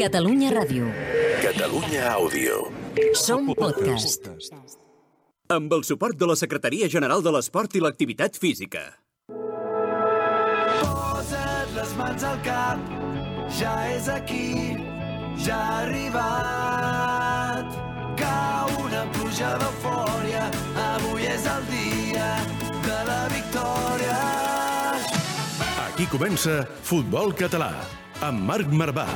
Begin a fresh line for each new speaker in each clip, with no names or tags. Catalunya Ràdio.
Catalunya Àudio.
Som podcast.
Amb el suport de la Secretaria General de l'Esport i l'Activitat Física.
Posa't les mans al cap, ja és aquí, ja ha arribat. Cau una pluja d'eufòria, avui és el dia de la victòria.
Aquí comença Futbol Català, amb Marc Marvà,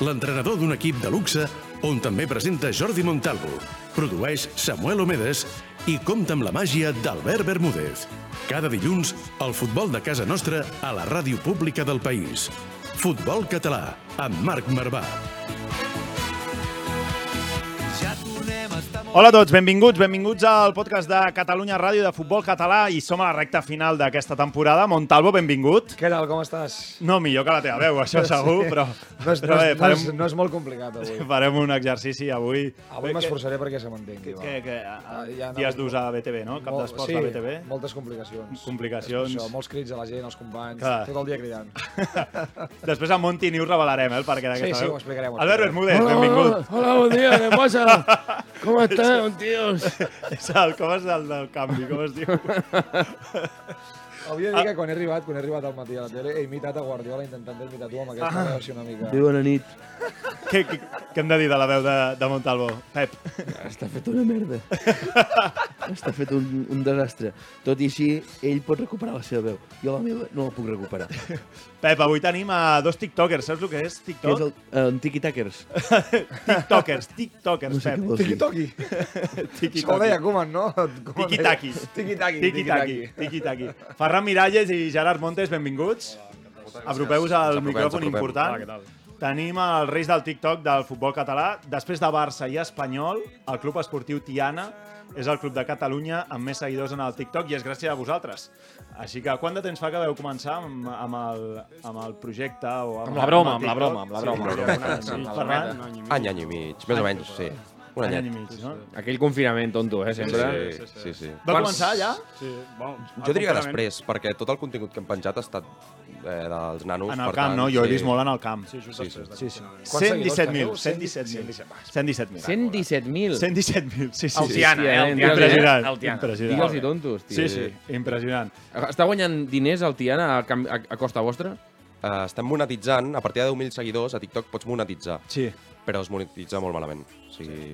l'entrenador d'un equip de luxe on també presenta Jordi Montalvo, produeix Samuel Omedes i compta amb la màgia d'Albert Bermúdez. Cada dilluns, el futbol de casa nostra a la ràdio pública del país. Futbol Català, amb Marc Marvà.
Ja tornem a estar molt...
Hola a tots, benvinguts, benvinguts al podcast de Catalunya Ràdio de Futbol Català i som a la recta final d'aquesta temporada. Montalvo, benvingut.
Què tal, com estàs?
No millor que la teva veu, això segur, però,
No és,
però
no,
bé,
és, no, és,
farem,
no és molt complicat, avui.
farem un exercici avui.
Avui m'esforçaré perquè se m'entengui.
Que,
va.
que, que
Ah,
ja
ja no-
dies durs a BTV, no? Cap
Mol-
d'esports sí. a BTV.
moltes complicacions.
Complicacions.
És per Això, molts crits a la gent, als companys,
Clar.
tot el dia cridant.
Després a Monti ni ho revelarem, eh, el perquè
Sí,
d'aquesta
sí,
veu.
ho explicarem, Oh! ho
Albert
explicarem.
Bermúdez, benvingut.
Hola, bon dia, què passa? Com esteu, tios?
És el, com és el del canvi, com es diu?
Hauria de dir que quan he arribat, quan he arribat al matí a la tele, he imitat a Guardiola intentant imitar tu amb
Ah.
aquesta veu així una mica.
Diu bona nit.
què, què, què hem de dir de la veu de, de Montalvo? Pep,
Està fet una merda. Està fet un, un desastre. Tot i així, ell pot recuperar la seva veu. Jo la meva no la puc recuperar. Que
Pep, avui tenim a dos tiktokers, saps el que és
és
tiktok?
el, el Tiki Takers.
Tiktokers, tiktokers,
No sé què
Pep.
vols dir.
Tiki-toki. Això ho
Tiki-taki.
deia Koeman, no? Koeman deia-
Tiki-takis.
Tiki-taki.
Tiki-taki. Tiki-taki. Ferran Miralles i Gerard Montes, benvinguts. Apropeu-vos al micròfon important. Tenim els reis del TikTok del futbol català. Després de Barça i Espanyol, el club esportiu Tiana és el club de Catalunya amb més seguidors en el TikTok i és gràcies a vosaltres. Així que quant de temps fa que veu començar amb, amb, el, amb el projecte? O amb,
Amb la broma,
el
amb la
TikTok?
broma, amb la broma.
Sí, un any, sí, Ferran,
Any, any i mig, més o menys, sí.
un any i mig, no?
Aquell confinament tonto, eh, sempre. Sí, sí, sí.
Va començar ja?
Jo diria que després, perquè tot el contingut que hem penjat ha estat eh, dels nanos.
En el
per
camp,
tant,
no? Jo he
sí.
vist molt en el camp.
Sí, sí.
Sí, sí.
Quants seguidors
117.000,
teniu?
117.000. 117.000.
117.000.
117.000, sí, sí.
El Tiana, eh? El Tiana.
Impressionant.
El Tiana.
Impressionant.
Digue'ls-hi tontos, tio.
Sí, sí, impressionant.
Està guanyant diners el Tiana a, cam- a, a costa vostra?
Eh, estem monetitzant, a partir de 10.000 seguidors a TikTok pots monetitzar,
Sí,
però es monetitza molt malament. O sigui,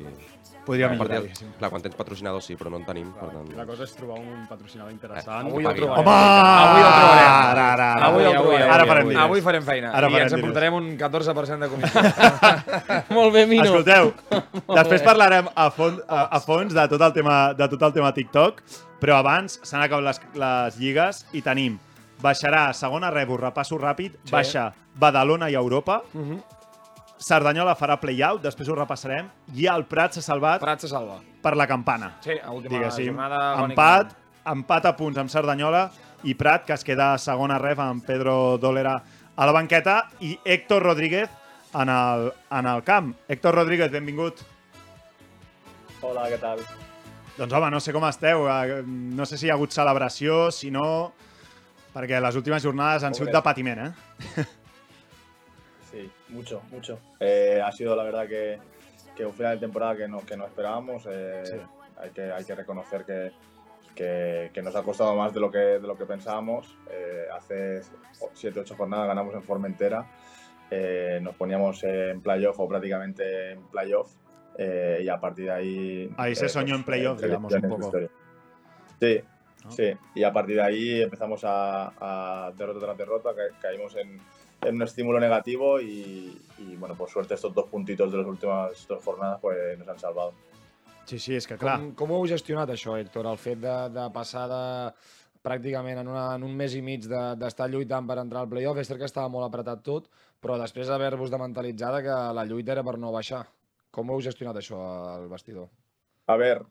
podria
a
millorar,
partir de,
diguéssim.
clar, quan tens patrocinadors sí, però no en tenim, per tant...
cosa és trobar un
Eh,
patrocinador interessant.
Avui el trobarem.
Home!
Avui el trobarem.
Ara, ara, ara.
Avui el trobarem.
Ara farem diners.
Avui farem feina.
Ara
I
farem
ens
diners.
emportarem un 14% de comissió.
Molt bé, Mino.
Escolteu, després parlarem a, fon, a, a fons de tot, el tema, de tot el tema TikTok, però abans s'han acabat les, les lligues i tenim baixarà a segona rebus, repasso ràpid, sí. baixa Badalona i Europa, uh
Mhm.
-huh. Cerdanyola farà play-out, després ho repassarem, i el Prat s'ha salvat
Prat se salva.
per la campana.
Sí, a última
diguéssim.
jornada...
Empat, empat a punts amb Cerdanyola i Prat, que es queda a segona ref amb Pedro Dolera a la banqueta i Héctor Rodríguez en el, en el camp. Héctor Rodríguez, benvingut.
Hola, què tal?
Doncs home, no sé com esteu, eh, no sé si hi ha hagut celebració, si no... Perquè les últimes jornades han sigut de patiment, eh?
Sí, mucho, mucho. Eh, ha sido la verdad que, que un final de temporada que no, que no esperábamos. eh, hay, que, hay que reconocer que, que- que nos ha costado más de lo que, de lo que pensábamos. Eh, hace 7-8 jornadas ganamos en Formentera. eh, nos poníamos en playoff o prácticamente en playoff. eh, y a partir de ahí.
Ahí se soñó en
pues,
playoff,
eh,
digamos, un
en su
poco. Ah.
historia. Sí,
¿no?
Sí, y a partir de ahí empezamos a, a derrota tras derrota, ca- caímos en, en un estímulo negativo y, y, bueno, por suerte estos dos puntitos de las últimas dos jornadas pues nos han salvado.
Sí, sí, és que clar,
Com, com ho heu gestionat això, Héctor? El fet de, de passar de pràcticament en, una, en un mes i mig de- d'estar de, lluitant per entrar al playoff, és cert que estava molt apretat tot, però després d'haver-vos de mentalitzar de que la lluita era per no baixar. Com heu gestionat això al vestidor?
A ver,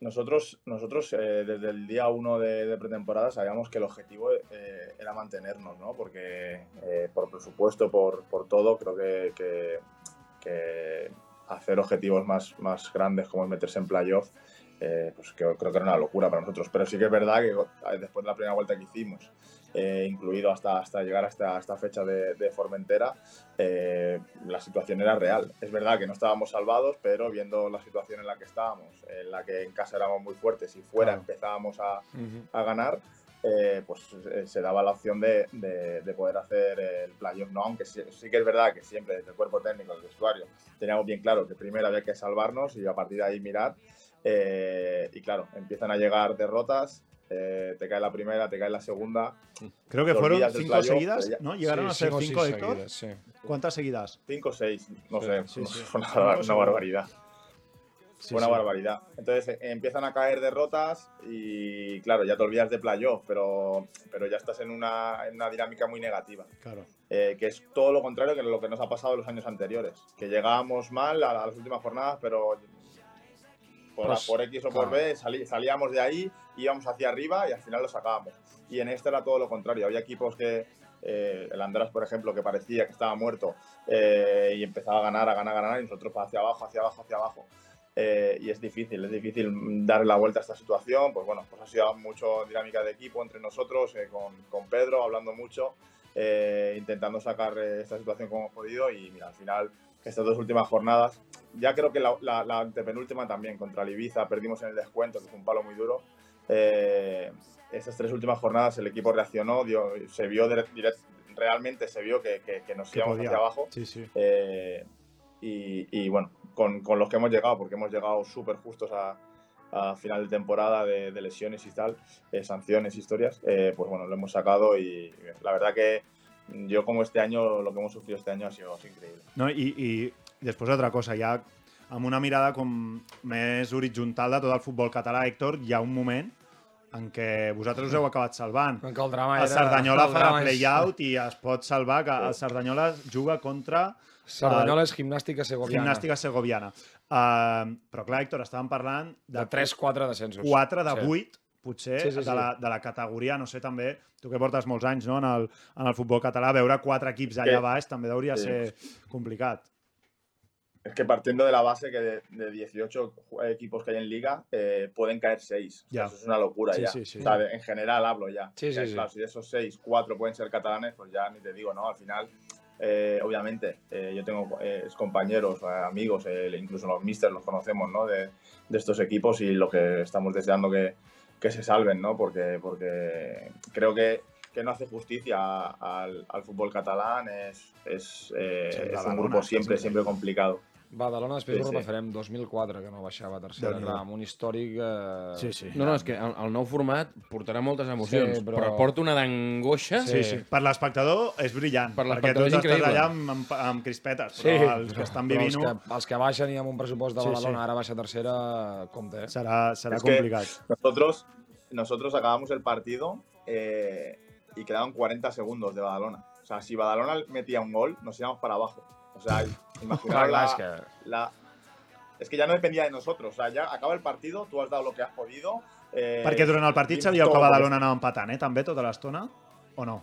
nosotros, nosotros eh, desde el día 1 de, de pretemporada sabíamos que el objetivo eh, era mantenernos, ¿no? Porque eh, por presupuesto, por, por todo, creo que, que- que hacer objetivos más, más grandes como es meterse en playoff, eh, pues que- creo que era una locura para nosotros. Pero sí que es verdad que eh, después de la primera vuelta que hicimos, eh, incluido hasta, hasta llegar hasta esta fecha de, de Formentera, eh, la situación era real. Es verdad que no estábamos salvados, pero viendo la situación en la que estábamos, en la que en casa éramos muy fuertes y fuera
Claro.
empezábamos a,
Ujú.
a ganar, eh, pues eh, se daba la opción de, de- de poder hacer el playoff, ¿no? Aunque sí, sí que es verdad que siempre desde el cuerpo técnico, el vestuario, teníamos bien claro que primero había que salvarnos y a partir de ahí mirar. Eh, y claro, empiezan a llegar derrotas, eh, te cae la primera, te cae la segunda.
Creo que
te
fueron
olvidas del
cinco
playoff,
seguidas,
pero ya-
¿no? Llegaron
Sí,
a
cinco o
ser cinco,
seis
Héctor.
seguidas, sí.
¿Cuántas seguidas?
Cinco o seis, no
Sí,
sé,
sí,
no
sí.
sé, una,
Cinco
bar- una
seguro.
barbaridad.
Sí,
una
sí.
barbaridad. Entonces eh, empiezan a caer derrotas y claro, ya te olvidas de playoff, pero, pero ya estás en una, en una dinámica muy negativa.
Claro.
eh, que es todo lo contrario que lo que nos ha pasado en los años anteriores. Que llegábamos mal a, a las últimas jornadas, pero por,
Pues,
por X o por
claro.
B salí- salíamos de ahí, íbamos hacia arriba y al final lo sacábamos. Y en este era todo lo contrario. Había equipos que, eh, el András, por ejemplo, que parecía que estaba muerto eh, y empezaba a ganar, a ganar, a ganar, y nosotros hacia abajo, hacia abajo, hacia abajo. Eh, y es difícil, es difícil mm, darle la vuelta a esta situación. Pues bueno, pues ha sido mucho dinámica de equipo entre nosotros, eh, con, con Pedro, hablando mucho, eh, intentando sacar eh, esta situación como hemos podido. Y mira, al final, estas dos últimas jornadas, ya creo que la, la- la antepenúltima también, contra el Ibiza, perdimos en el descuento, que fue un palo muy duro. Eh, estas tres últimas jornadas el equipo reaccionó, dio- se vio dire- direct- realmente se vio que, que- que nos
Que
íbamos
podía.
hacia abajo.
Sí, sí.
Eh, y, y, bueno, con, con los que hemos llegado, porque hemos llegado súper justos a, a final de temporada de, de lesiones y tal, eh, sanciones, historias, eh, pues bueno, lo hemos sacado y, y la verdad que yo como este año, lo que hemos sufrido este año ha sido increíble.
No, i, i després altra cosa, ja amb una mirada com més horitzontal de tot el futbol català, Héctor, hi ha un moment en què vosaltres us heu acabat salvant.
Com que el drama
El
era...
Cerdanyola
el
farà
drama és-
play-out i es pot salvar que el Cerdanyola juga contra
Cerdanyola és gimnàstica segoviana.
Gimnàstica Segoviana. Uh, però clar, Héctor, estàvem parlant
De 3-4 descensos.
4 de
Sí.
8, potser,
Sí, sí, sí.
De, la, de la categoria, no sé també, tu que portes molts anys no, en, el, en el futbol català, veure quatre equips allà
Sí.
baix també hauria de
Sí.
ser complicat.
Es que partiendo de la base que de, de 18 ju- equipos que hay en liga, eh, pueden caer 6.
Ya.
Eso es una locura
Sí,
ya.
sí, sí.
O sea, de- en general hablo ya.
Sí,
O sea,
sí, sí.
claro, si de esos 6, 4 pueden ser catalanes, pues ya ni te digo, ¿no? Al final, eh, obviamente, eh, yo tengo eh, compañeros, eh, amigos, eh, incluso los misters los conocemos, ¿no? De, de estos equipos y lo que estamos deseando que, que se salven, ¿no? Porque, porque creo que, que no hace justicia a- al, al fútbol catalán, es, es, eh,
Sí, el
es un
Badalona,
grupo
es
siempre,
increíble.
siempre complicado.
Badalona, després
Sí,
sí, sí.
sí.
ho referem, 2004, que no baixava a tercera.
Déu-n'hi-do.
Clar, amb un històric... Eh...
Sí, sí.
No, no, és que el, el nou format portarà moltes emocions,
Sí, però-
però... però porta una d'angoixa.
Sí, sí. Per l'espectador és brillant,
Per
perquè tu
l'espectador és
estàs
increïble.
allà amb, amb, amb crispetes,
Sí,
però els que estan
però
vivint-ho
Els que, els que baixen i amb un pressupost de
Sí,
Badalona
sí.
ara baixa a tercera, compte, eh?
serà, serà
És que-
complicat.
Nosotros, nosotros acabamos el partido eh, y quedaban 40 segundos de Badalona. O sea, si Badalona metía un gol, nos íbamos para abajo. O sea, imaginaos la,
és que...
la- Es que ya no dependía de nosotros. O sea, ya acaba el partido, tú has dado lo que has podido. eh,
Perquè durant el partit
dimos
sabíeu que
todo lo
Badalona anava empatant, eh, també, tota l'estona? O no?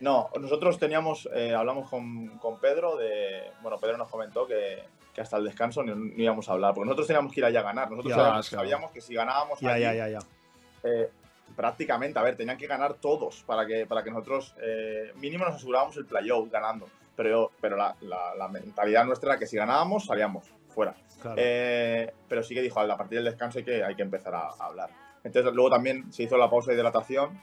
No, nosotros teníamos, eh, hablamos con, con Pedro de, bueno, Pedro nos comentó que, que hasta el descanso ni, ni íbamos a hablar, porque nosotros teníamos que ir allá a ganar, nosotros
Ya,
sabíamos,
claro.
sabíamos que si ganábamos
Ja,
allí,
ja, ja, ja.
eh, prácticamente, a ver, tenían que ganar todos para que, para que nosotros eh, mínimo nos asegurábamos el playoff ganando, pero, pero la, la- la mentalidad nuestra era que si ganábamos salíamos fuera.
Claro.
Eh, pero sí que dijo, a partir del descanso hay que, hay que empezar a, a hablar. Entonces luego también se hizo la pausa de hidratación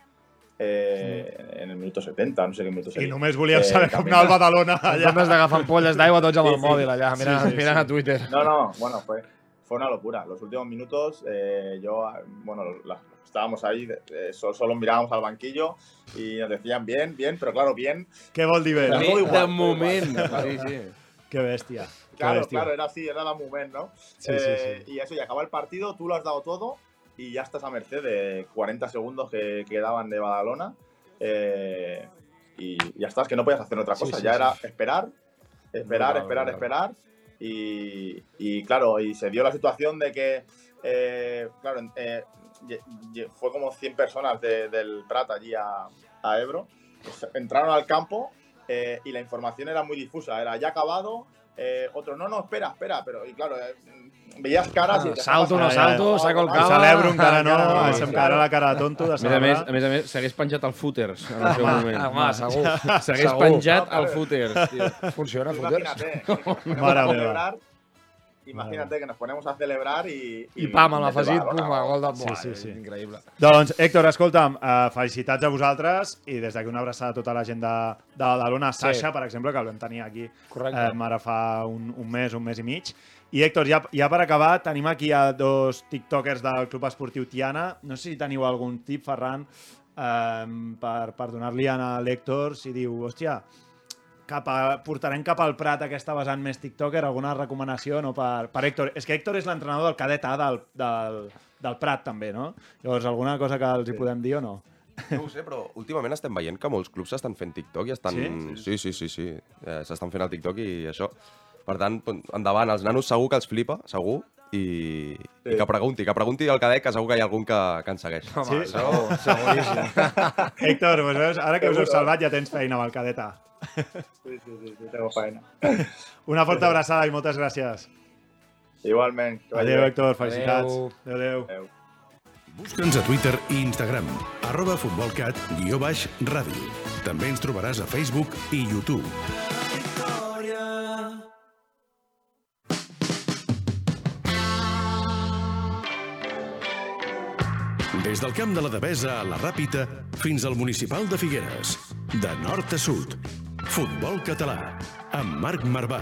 eh, en el minuto 70, no sé qué minuto
I
sería.
només volíem
eh,
saber com
també-
anava el Badalona
En
allà.
comptes d'agafar ampolles d'aigua, tots amb el
Sí, sí.
mòbil allà, mirant,
Sí, sí,
mirant
sí.
a Twitter.
No, no, bueno, fue, fue una locura. Los últimos minutos, eh, yo, ah, bueno, la- estábamos ahí, eh, so- solo, mirábamos al banquillo y nos decían bien, bien, pero claro, bien.
Què vol dir bé?
Però
Sí,
Todo igual,
de
todo
moment.
igual.
Sí, sí.
Que bèstia.
Claro,
que bèstia.
claro, era así, era la moment, ¿no?
Sí,
Eh,
sí, sí.
Y eso, y acaba el partido, tú lo has dado todo y ya estás a merced de 40 segundos que quedaban de Badalona. eh, y ya estás, que no podías hacer otra
Sí,
cosa.
sí,
ya
sí.
era esperar, esperar,
Brutal,
esperar,
brutal.
esperar. Y, y claro, y se dio la situación de que, eh, claro, eh, lle- lle- fue como 100 personas de- del Prat allí a, a Ebro. Pues entraron al campo eh, y la información era muy difusa. Era ya acabado, eh, otro, no, no, espera, espera, pero, y claro, eh, veías caras
Ah,
y...
salto, no
Ah, ya,
salto,
no,
saco el
no,
cava.
no,
Celebro encara no,
Encara no,
se'm
sí.
quedarà la cara de tonto de
A més a més,
celebrar.
a més, a més s'hagués penjat el footers en el seu
Home,
moment.
home, segur.
S'hagués
Segur.
penjat
No,
el
però-
footers, tio.
¿Funciona Footers?
Imagínate,
Mare
Para
meva.
celebrar, imagínate que nos ponemos a celebrar y...
I pam, el afegit,
Badalona,
pum, el gol de...
Sí,
Buah,
sí, sí.
Increïble.
Doncs, Héctor, escolta'm, eh, felicitats a vosaltres i des d'aquí una abraçada a tota la gent de, de Badalona, a Sasha, sí. per exemple, que el vam tenir aquí
Correcte.
eh, ara fa un, un mes, un mes i mig. I, Héctor, ja, ja per acabar, tenim aquí a dos tiktokers del Club Esportiu Tiana. No sé si teniu algun tip, Ferran, eh, per, per donar-li a l'Héctor si diu, hòstia, cap a, portarem cap al Prat aquesta vessant més tiktoker, alguna recomanació no, per, per Héctor? És que Héctor és l'entrenador del cadet A del, del, del Prat, també, no? Llavors, alguna cosa que els hi podem dir o no?
No ho sé, però últimament estem veient que molts clubs estan fent TikTok i estan... Sí, sí, sí, sí. sí. Eh, S'estan fent el TikTok i això. Per tant, pon- endavant, els nanos segur que els flipa, segur, i, i que pregunti, que pregunti al cadec, que segur que hi ha algun que, que ens segueix.
Sí?
Això-
Héctor, doncs veus, ara que us heu salvat ja tens feina amb el cadet A.
Sí, sí, sí, sí, tengo faena.
Una forta abraçada i moltes gràcies.
Igualmente. que vaya
Adéu,
bien.
Héctor, felicitats.
Adéu.
Adéu, adéu.
Adéu.
Busca'ns a Twitter i Instagram, arroba futbolcat, guió baix, ràdio. També ens trobaràs a Facebook i YouTube. Des del camp de la Devesa a la Ràpita fins al municipal de Figueres. De nord a sud. Futbol català. Amb Marc Marvà.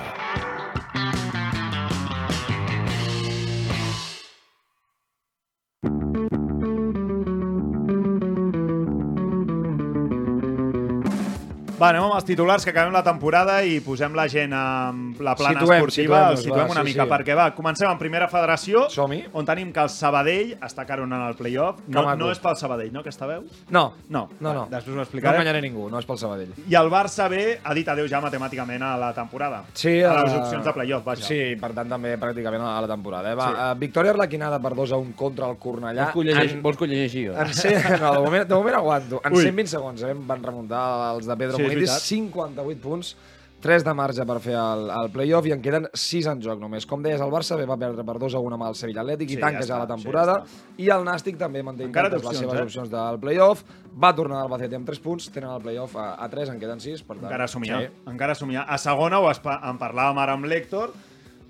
Va, anem amb els titulars, que acabem la temporada i posem la gent amb la plana
Situem,
esportiva,
situem-nos,
els situem
va,
una
sí,
mica,
sí.
perquè va, comencem amb Primera Federació,
Som-hi.
on tenim que el Sabadell està caron en el playoff. No,
maco.
no és pel Sabadell, no, aquesta veu?
No,
No,
no, no.
Va, després ho
no
explicarem.
enganyaré ningú, no és pel Sabadell.
I el Barça B ha dit adeu ja matemàticament a la temporada. a les
eh,
opcions de playoff, vaja.
Sí, per tant, també pràcticament a la temporada. Eh? Va, sí. victòria arlequinada per 2 a 1 contra el Cornellà.
Vols que ho llegeixi,
En-
vols que ho llegeixi jo?
En cent, no, de, moment, de moment aguanto. En
Ui.
120 segons eh, van remuntar els de Pedro
Sí,
sí,
és
Bonitis,
veritat.
58 punts, 3 de marge per fer el, el playoff i en queden 6 en joc només. Com deies, el Barça bé va perdre per 2 a 1 amb el Sevilla Atlètic
Sí,
sí, i tanca
ja
ja, ja
està,
la
sí,
temporada.
ja
Sí, ja I el Nàstic també manté
Encara té
intactes les
opcions,
seves
eh?
opcions del playoff. Va tornar al Bacete amb 3 punts, tenen el playoff a, a 3, en queden 6. Per tant,
Encara somiar,
Sí.
encara somiar. A segona, ho espa- en parlàvem ara amb l'Hèctor,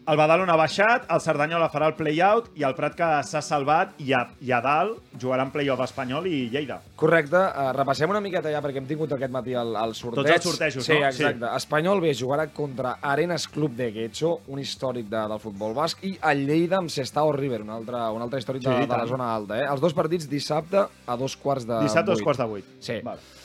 el Badalona ha baixat, el Cerdanyola farà el play-out i el Prat que s'ha salvat i a, i a dalt jugarà en play-off espanyol i Lleida.
Correcte, uh, repassem una miqueta ja perquè hem tingut aquest matí el, el sorteig.
Tots els sortejos,
sí,
no?
Exacte. Sí. Espanyol B jugarà contra Arenas Club de Guecho, un històric de, del futbol basc, i el Lleida amb Sestao River, un altre, un altre històric
Sí,
de,
i
de la
tant.
zona alta. Eh? Els dos partits dissabte a dos quarts de
Dissabte, dos
Ah, vuit.
quarts de vuit.
Sí.
Vale.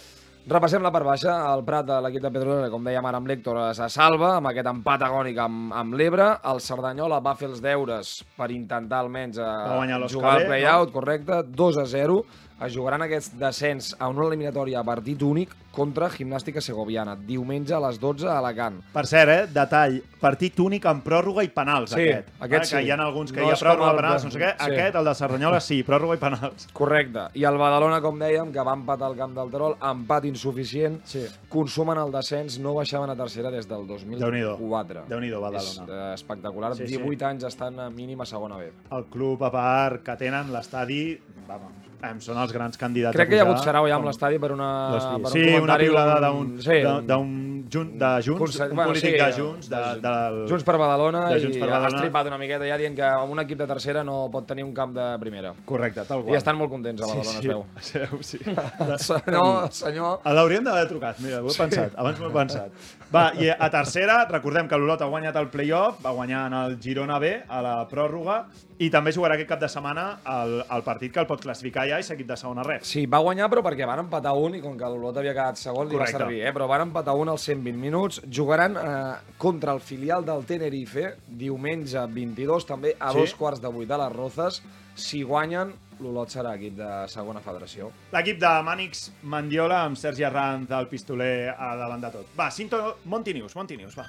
Repassem la part baixa. El Prat de l'equip de Pedrolera, com dèiem ara amb l'Hèctor, se salva amb aquest empat agònic amb, amb l'Ebre. El Cerdanyola va fer els deures per intentar almenys eh,
guanyar l'Òscar
jugar al
B,
play-out, correcte, 2 a 0. Es jugaran aquest descens a una eliminatòria a partit únic contra Gimnàstica Segoviana, diumenge a les 12 a Alacant.
Per cert, eh? Detall. Partit únic amb pròrroga i penals,
Sí,
aquest. Que
aquest sí.
hi ha alguns que
No
hi ha
és com
pròrroga,
el de-
penals, no sé què.
sí.
Aquest, el de Cerdanyola, sí, pròrroga i penals.
Correcte. I el Badalona, com dèiem, que va empatar al camp del Terol, empat insuficient,
Sí.
consumen el descens, no baixaven a tercera des del 2004.
Déu-n'hi-do. Déu-n'hi-do,
És
Badalona.
eh, espectacular.
Sí,
Sí,
sí.
18 sí. anys estan a mínima segona B.
El club a part que tenen, l'estadi, vamos, em són els grans candidats
Crec que hi ha
pujar.
hagut Sarau ja amb
Com-
l'estadi per una... Per un
sí, una
comentari
piulada
d'un-
d'un
Sí,
d'un- d'un jun- de Junts,
Conse-
un
bueno,
polític
sí,
de
eh,
Junts, de, del...
Junts per Badalona
de
i
Junts per
ha
Badalona.
estripat una miqueta ja dient que amb un equip de tercera no pot tenir un camp de primera.
Correcte, tal qual.
I estan molt contents a Badalona,
sí,
es
sí, sí.
veu. Senyor, senyor...
L'hauríem d'haver trucat, mira, ho he pensat, abans m'ho he pensat. Va, i a tercera, recordem que l'Olot ha guanyat el play-off, va guanyar en el Girona B a la pròrroga i també jugarà aquest cap de setmana el, el partit que el pot classificar ja i seguit de segona res.
Sí, va guanyar però perquè van empatar un i com que l'Olot havia quedat segon li va
Correcte.
servir, eh? però van empatar un als 120 minuts. Jugaran eh, contra el filial del Tenerife diumenge 22, també a
Sí?
dos quarts de vuit de les Rozas. Si guanyen, l'Olot serà equip de segona federació.
L'equip de Mànix Mandiola amb Sergi Arranz del pistoler a davant de tot. Va, Cinto, Monti News, Monti News, va.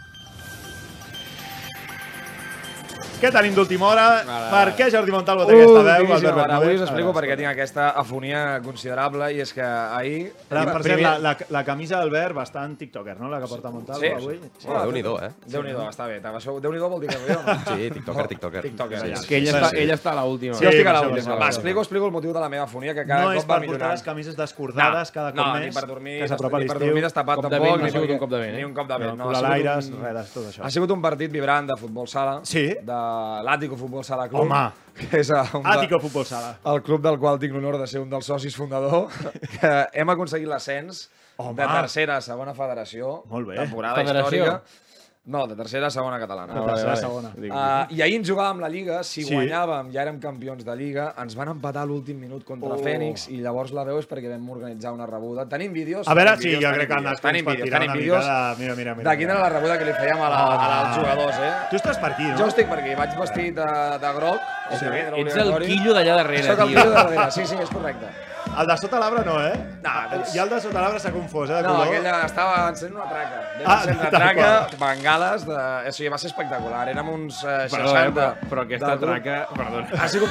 Què tenim d'última hora?
Vale,
Per
vale.
què Jordi Montalvo té aquesta veu?
Ui,
Albert
Guillem, ara
Bernull?
avui us explico perquè tinc aquesta afonia considerable i és que ahir...
La, per cert,
primer-
la, la, la camisa d'Albert bastant tiktoker, no? La que porta Montalvo
Sí,
avui.
sí.
Bueno, Déu-n'hi-do, eh?
Ah, Déu-n'hi-do, està bé. Això- Déu-n'hi-do vol dir que déu
Sí, tiktoker, tiktoker.
TikToker,
Sí,
ja.
sí,
Que ell
sí,
està-
sí.
ell està a la última.
Sí, jo estic a
per
la
això,
última.
per
Va,
això.
explico, explico el motiu de la meva afonia, que cada
No és
cop
per
va
portar
millorant.
les camises descordades cada cop
no,
més.
ni per dormir,
que s'apropa
ni per
l'estiu.
dormir destapat
Cop de
tampoc,
vent, no ha sigut
perquè-
un cop de vent, eh?
Ni un cop de vent.
No, no,
ha sigut
l'aires,
un-
res, tot això.
Ha sigut un partit vibrant de futbol sala,
Sí?
de l'Àtico Futbol Sala Club.
Home.
Que és eh, un de-
Àtico Futbol Sala.
el club del qual tinc l'honor de ser un dels socis fundador, que hem aconseguit l'ascens
Home.
de tercera a segona federació,
Molt bé.
temporada
Federació.
històrica. No, de tercera a segona catalana.
La tercera segona.
Uh, I ahir ens jugàvem la Lliga, si
Sí.
sí. guanyàvem ja érem campions de Lliga, ens van empatar a l'últim minut contra oh. Fènix i llavors la veus perquè vam organitzar una rebuda. Tenim vídeos?
A veure,
Tenim
sí,
vídeos,
jo
tenim
crec que el
vídeos,
Nasco ens
tenim
pot
vídeos,
tirar
tenim
una mica
vídeos
de... Ah. Mira, mira, mira.
de quina era la rebuda que li fèiem a la- a la- als jugadors, eh?
Tu estàs per aquí, no?
Jo estic per aquí, vaig vestit de, de groc. òbviament, era
Ets el
obligatori.
quillo d'allà darrere,
Soc el
tio.
quillo de darrere, sí, sí, és correcte.
El de sota l'arbre no, eh?
No, doncs-
Ja el de sota l'arbre s'ha confós, eh? de
pues- No,
color.
aquella estava encent una traca. Vam
Ah,
ah, encendre
tal
traca,
qual.
bengales, de... o sigui, va ser espectacular. Érem uns eh, 60...
Perdó, eh, però, però aquesta
del grup.
traca... Perdona.
Ha sigut...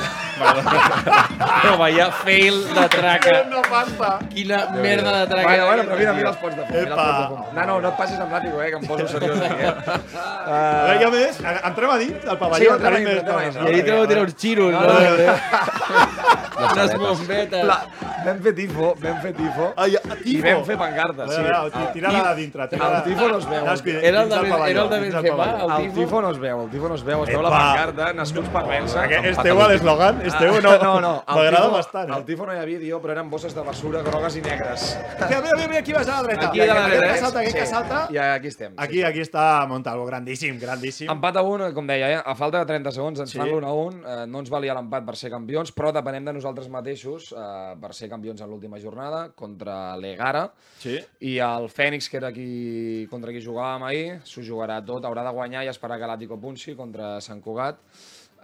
Però veia fail de traca.
No passa.
Quina merda de traca.
Bueno, bueno, però mira, mira els pots de fum. mira els
Epa.
pots de fum. No, no, no et passis amb l'àtico, eh, que em poso seriós aquí. Eh?
A veure, ja més, entrem a dins, al pavelló.
Sí, entrem a dins,
més
entrem a dins,
coses,
entrem a
I
dins.
te vau tirar uns xiros, no? Unes
xaletes.
bombetes.
La... Vam fer tifo, vam fer tifo.
Ai,
I
tifo.
vam fer pancartes,
A
sí.
veure, a veure, tira-la de dintre. tira-la.
el tifo no es veu.
Nasco, dins
Era el de
del
Ben-
pavelló,
era el de
dins del
Benfema,
pavelló.
El
El
tifo?
tifo no es veu, el tifo no es veu. Es veu la
Epa.
pancarta, nascuts per vèncer.
Aquest este és teu a l'eslògan? És teu o no?
Ah, no, no. el
M'agrada
tifo-
bastant. eh?
El tifo no hi ha vídeo, però eren bosses de basura grogues i negres.
Mira, mira, mira, aquí vas a la dreta.
Aquí de la dreta.
Aquest que salta, aquest que
Sí.
salta.
I aquí estem.
Aquí, aquí està Montalvo, grandíssim, grandíssim.
Empat a un, com deia, eh? a falta de 30 segons ens
Sí.
sí. fan l'1 a 1, eh, no ens valia l'empat per ser campions, però depenem de nosaltres mateixos eh, per ser campions en l'última jornada contra l'Egara
Sí.
i el Fènix, que era qui, contra qui jugàvem ahir, s'ho jugarà tot, haurà de guanyar i esperar que l'Àtico punxi contra Sant Cugat.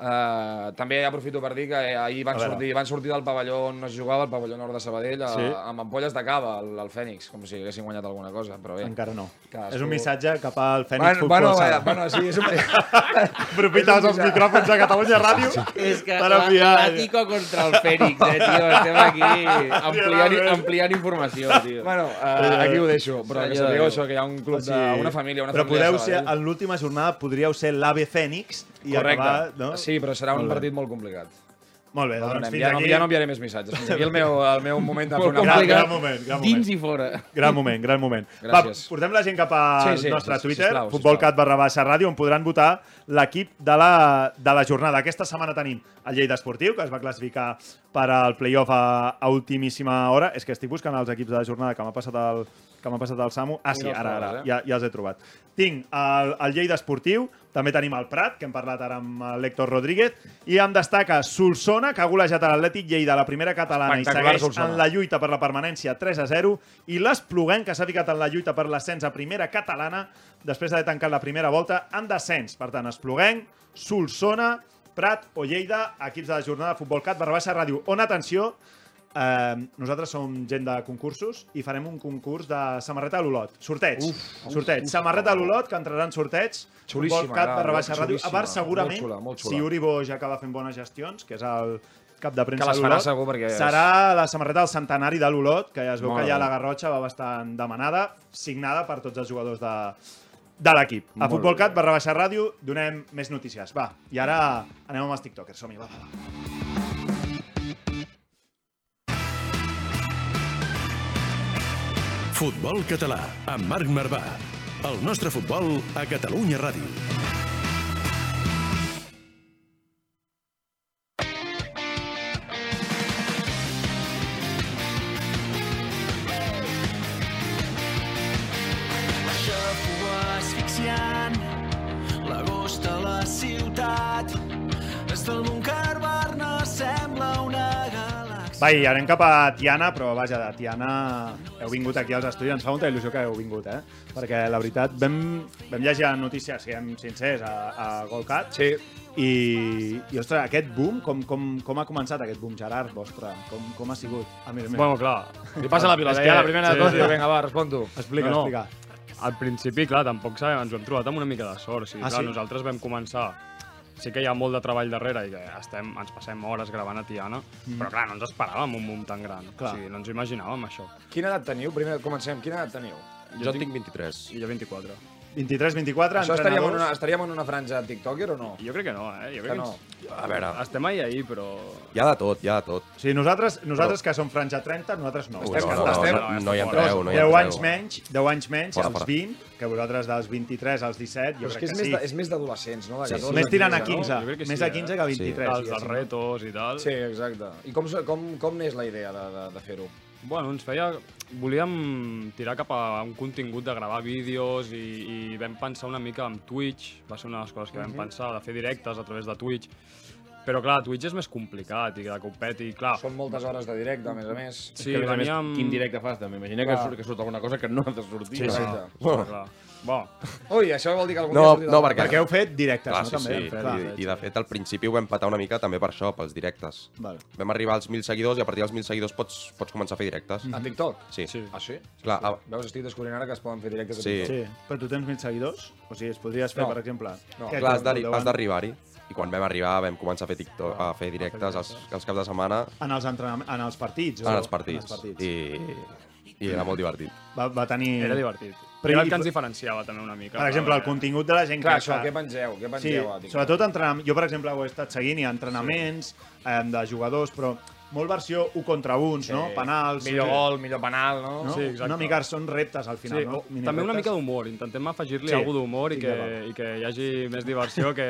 Uh, també aprofito per dir que eh, ahir van
A veure.
sortir, van sortir del pavelló on es jugava, el pavelló nord de Sabadell, sí.
Sí.
amb ampolles de cava, el, el Fènix, com si haguessin guanyat alguna cosa, però bé.
Encara no.
Cadascú-
És un missatge cap al Fènix
Bueno,
Futbol
bueno,
Sala.
vaja, bueno, sí, és un...
Aprofites els micròfons de Catalunya Ràdio
És que
per enviar...
l'Àtico contra el Fènix, eh, tio. Estem aquí ampliant,
Realment.
ampliant informació, tio.
Bueno, uh, aquí ho deixo, però que
Senyor
sapigueu
Déu.
això, que hi ha un club
Sí.
d'una família, una
però
família...
podeu
de
ser,
Sabadell.
en l'última jornada podríeu ser l'AVE Fènix i
Correcte.
acabar... No?
Sí, però serà un
Molt bé.
partit molt complicat.
Molt bé, doncs
Anem,
fins
ja, no,
aquí.
ja no enviaré més missatges. Fins aquí el meu, el meu moment de fer
Molt
una
gran,
complicat.
gran moment, gran moment.
Dins i fora.
Gran moment, gran moment.
Gràcies.
Va, portem la gent cap al
Sí, sí,
nostre
sí, sí,
Twitter,
sisplau,
futbolcat
sisplau.
barra baixa ràdio, on podran votar l'equip de, la, de la jornada. Aquesta setmana tenim el Lleida Esportiu, que es va classificar per al playoff a, a ultimíssima hora. És que estic buscant els equips de la jornada que m'ha passat el que m'ha passat el Samu. Ah, sí,
Mira els
ara, ara,
trobes, eh?
ja, ja els he trobat. Tinc el, el Lleida Esportiu, també tenim el Prat, que hem parlat ara amb l'Héctor Rodríguez, i em destaca Solsona, que ha golejat a l'Atlètic Lleida a la primera catalana i
Espectacular,
segueix
Solsona.
en la lluita per la permanència 3 a 0 i l'Espluguenc que s'ha ficat en la lluita per l'ascens a primera catalana després d'haver tancat la primera volta en descens. Per tant, Espluguenc, Solsona, Prat o Lleida, equips de la jornada de Futbol Cat, barra baixa ràdio. On, atenció, eh, nosaltres som gent de concursos i farem un concurs de samarreta a l'Olot. Sorteig. Uf, sorteig. samarreta a l'Olot, que entrarà en sorteig.
Xulíssima,
Futbol Cat,
era,
barra baixa ràdio. A
xulíssima,
part, segurament,
molt xula, molt xula.
si Uri Boix acaba fent bones gestions, que és el cap de premsa
Que les
de
farà
l'Olot,
segur, perquè és-
serà a la samarreta del centenari de l'Olot, que ja es veu
Molt
que ja
bé.
la Garrotxa va bastant demanada, signada per tots els jugadors de, de l'equip. A Futbolcat, barra baixa ràdio, donem més notícies. Va, i ara anem amb els tiktokers. Som-hi, va, va, va.
Futbol català amb Marc Marvà. El nostre futbol a Catalunya Ràdio.
Aixafo asfixiant l'agost a la ciutat. Des del Montcarbarna sembla una galàxia.
Va, i anem cap a Tiana, però vaja, de Tiana heu vingut aquí als estudis, ens fa molta il·lusió que heu vingut, eh? Perquè la veritat, vam, vam llegir la notícia, siguem sincers, a, a Golcat,
Sí,
I, i ostres, aquest boom, com, com, com ha començat aquest boom, Gerard, vostre? Com, com ha sigut? Ah, mira, mira.
Bueno, clar. Li passa la pilota,
És
ja,
que-
eh,
la primera
sí,
de tot.
sí.
diu,
vinga, va, respon tu.
explica,
no, no.
explica.
Al principi, clar, tampoc sabem, ens ho hem trobat amb una mica de sort. O sigui,
Ah,
clar,
sí?
Nosaltres vam començar sí que hi ha molt de treball darrere i que estem, ens passem hores gravant a Tiana,
Mm.
però clar, no ens esperàvem un boom tan gran.
Clar.
O sigui, no ens ho imaginàvem, això.
Quina edat teniu? Primer comencem. Quina edat teniu?
Jo tinc 23. I jo 24.
23, 24,
Això estaríem en,
entrenadors.
una, estaríem en una franja tiktoker o no?
Jo crec que no, eh? Jo crec
que no.
A veure.
Estem ahí, ahí, però...
Hi ha de tot, hi ha de tot.
Sí, nosaltres, nosaltres que som franja 30, nosaltres no.
Ui, no, no, no, no hi entreu, no hi
10
entreu.
anys menys, 10 anys menys,
Fora,
als
fora.
20, que vosaltres dels 23 als 17, jo
Però és
crec
que és,
sí.
més de- és més d'adolescents, no?
Sí,
14,
més tirant a
15,
15,
no? Jo crec que
més
sí,
a
eh?
15 que a 23.
Els, els retos i tal.
Sí, exacte. I com, com, com n'és la idea de, de, de fer-ho?
Bueno, ens feia... Volíem tirar cap a un contingut de gravar vídeos i, i vam pensar una mica en Twitch, va ser una de les coses que vam
Mhm.
pensar, de fer directes a través de Twitch. Però clar, Twitch és més complicat i que de copet i clar...
Són moltes hores de directe, a més a més.
Sí, veníem...
Quin directe fas, també? Imagina que
Clar.
surt, que surt alguna cosa que no ha de sortir.
Sí,
eh?
sí.
Clar.
Clar, clar. Bo.
Ui, això vol dir que algun
No,
dia sortirà
no,
la-
perquè...
Perquè heu fet directes,
Clar,
no?
Sí,
També
sí.
hem fet, clar.
I, I, de fet, al principi ho vam patar una mica també per això, pels directes.
Vale.
Vam arribar als 1.000 seguidors i a partir dels 1.000 seguidors pots, pots començar a fer directes.
Mm.
A TikTok?
Sí. sí.
Ah, sí?
Clar, a,
Veus, estic descobrint ara que es poden fer directes a
Sí.
TikTok.
Sí, però tu tens mil seguidors? O sigui, es podries fer,
No.
per exemple...
No.
què,
clar, has
com
d'arri-
el
has
davant?
d'arribar-hi. I quan vam arribar vam començar a fer, TikTok, a fer directes els, els caps de setmana
En els, entrenam- en els partits? o-
en els partits. I, I era molt divertit.
Va, va tenir...
Era divertit.
Però
Però era
i-
el que ens diferenciava també una mica.
Per exemple, el contingut de la gent
Clar,
que...
això,
que-
què pengeu? Què pengeu a TikTok?
sobretot entrenam... Jo, per exemple, ho he estat seguint, hi ha entrenaments eh, de jugadors, però molt versió 1 contra 1, no? Penals...
Millor gol, millor penal, no?
No? Una mica són reptes al final,
Sí,
no?
o- també una mica d'humor, intentem afegir-li
Sí,
alguna cosa d'humor i,
estic
que,
d'acord.
i que hi hagi més diversió, que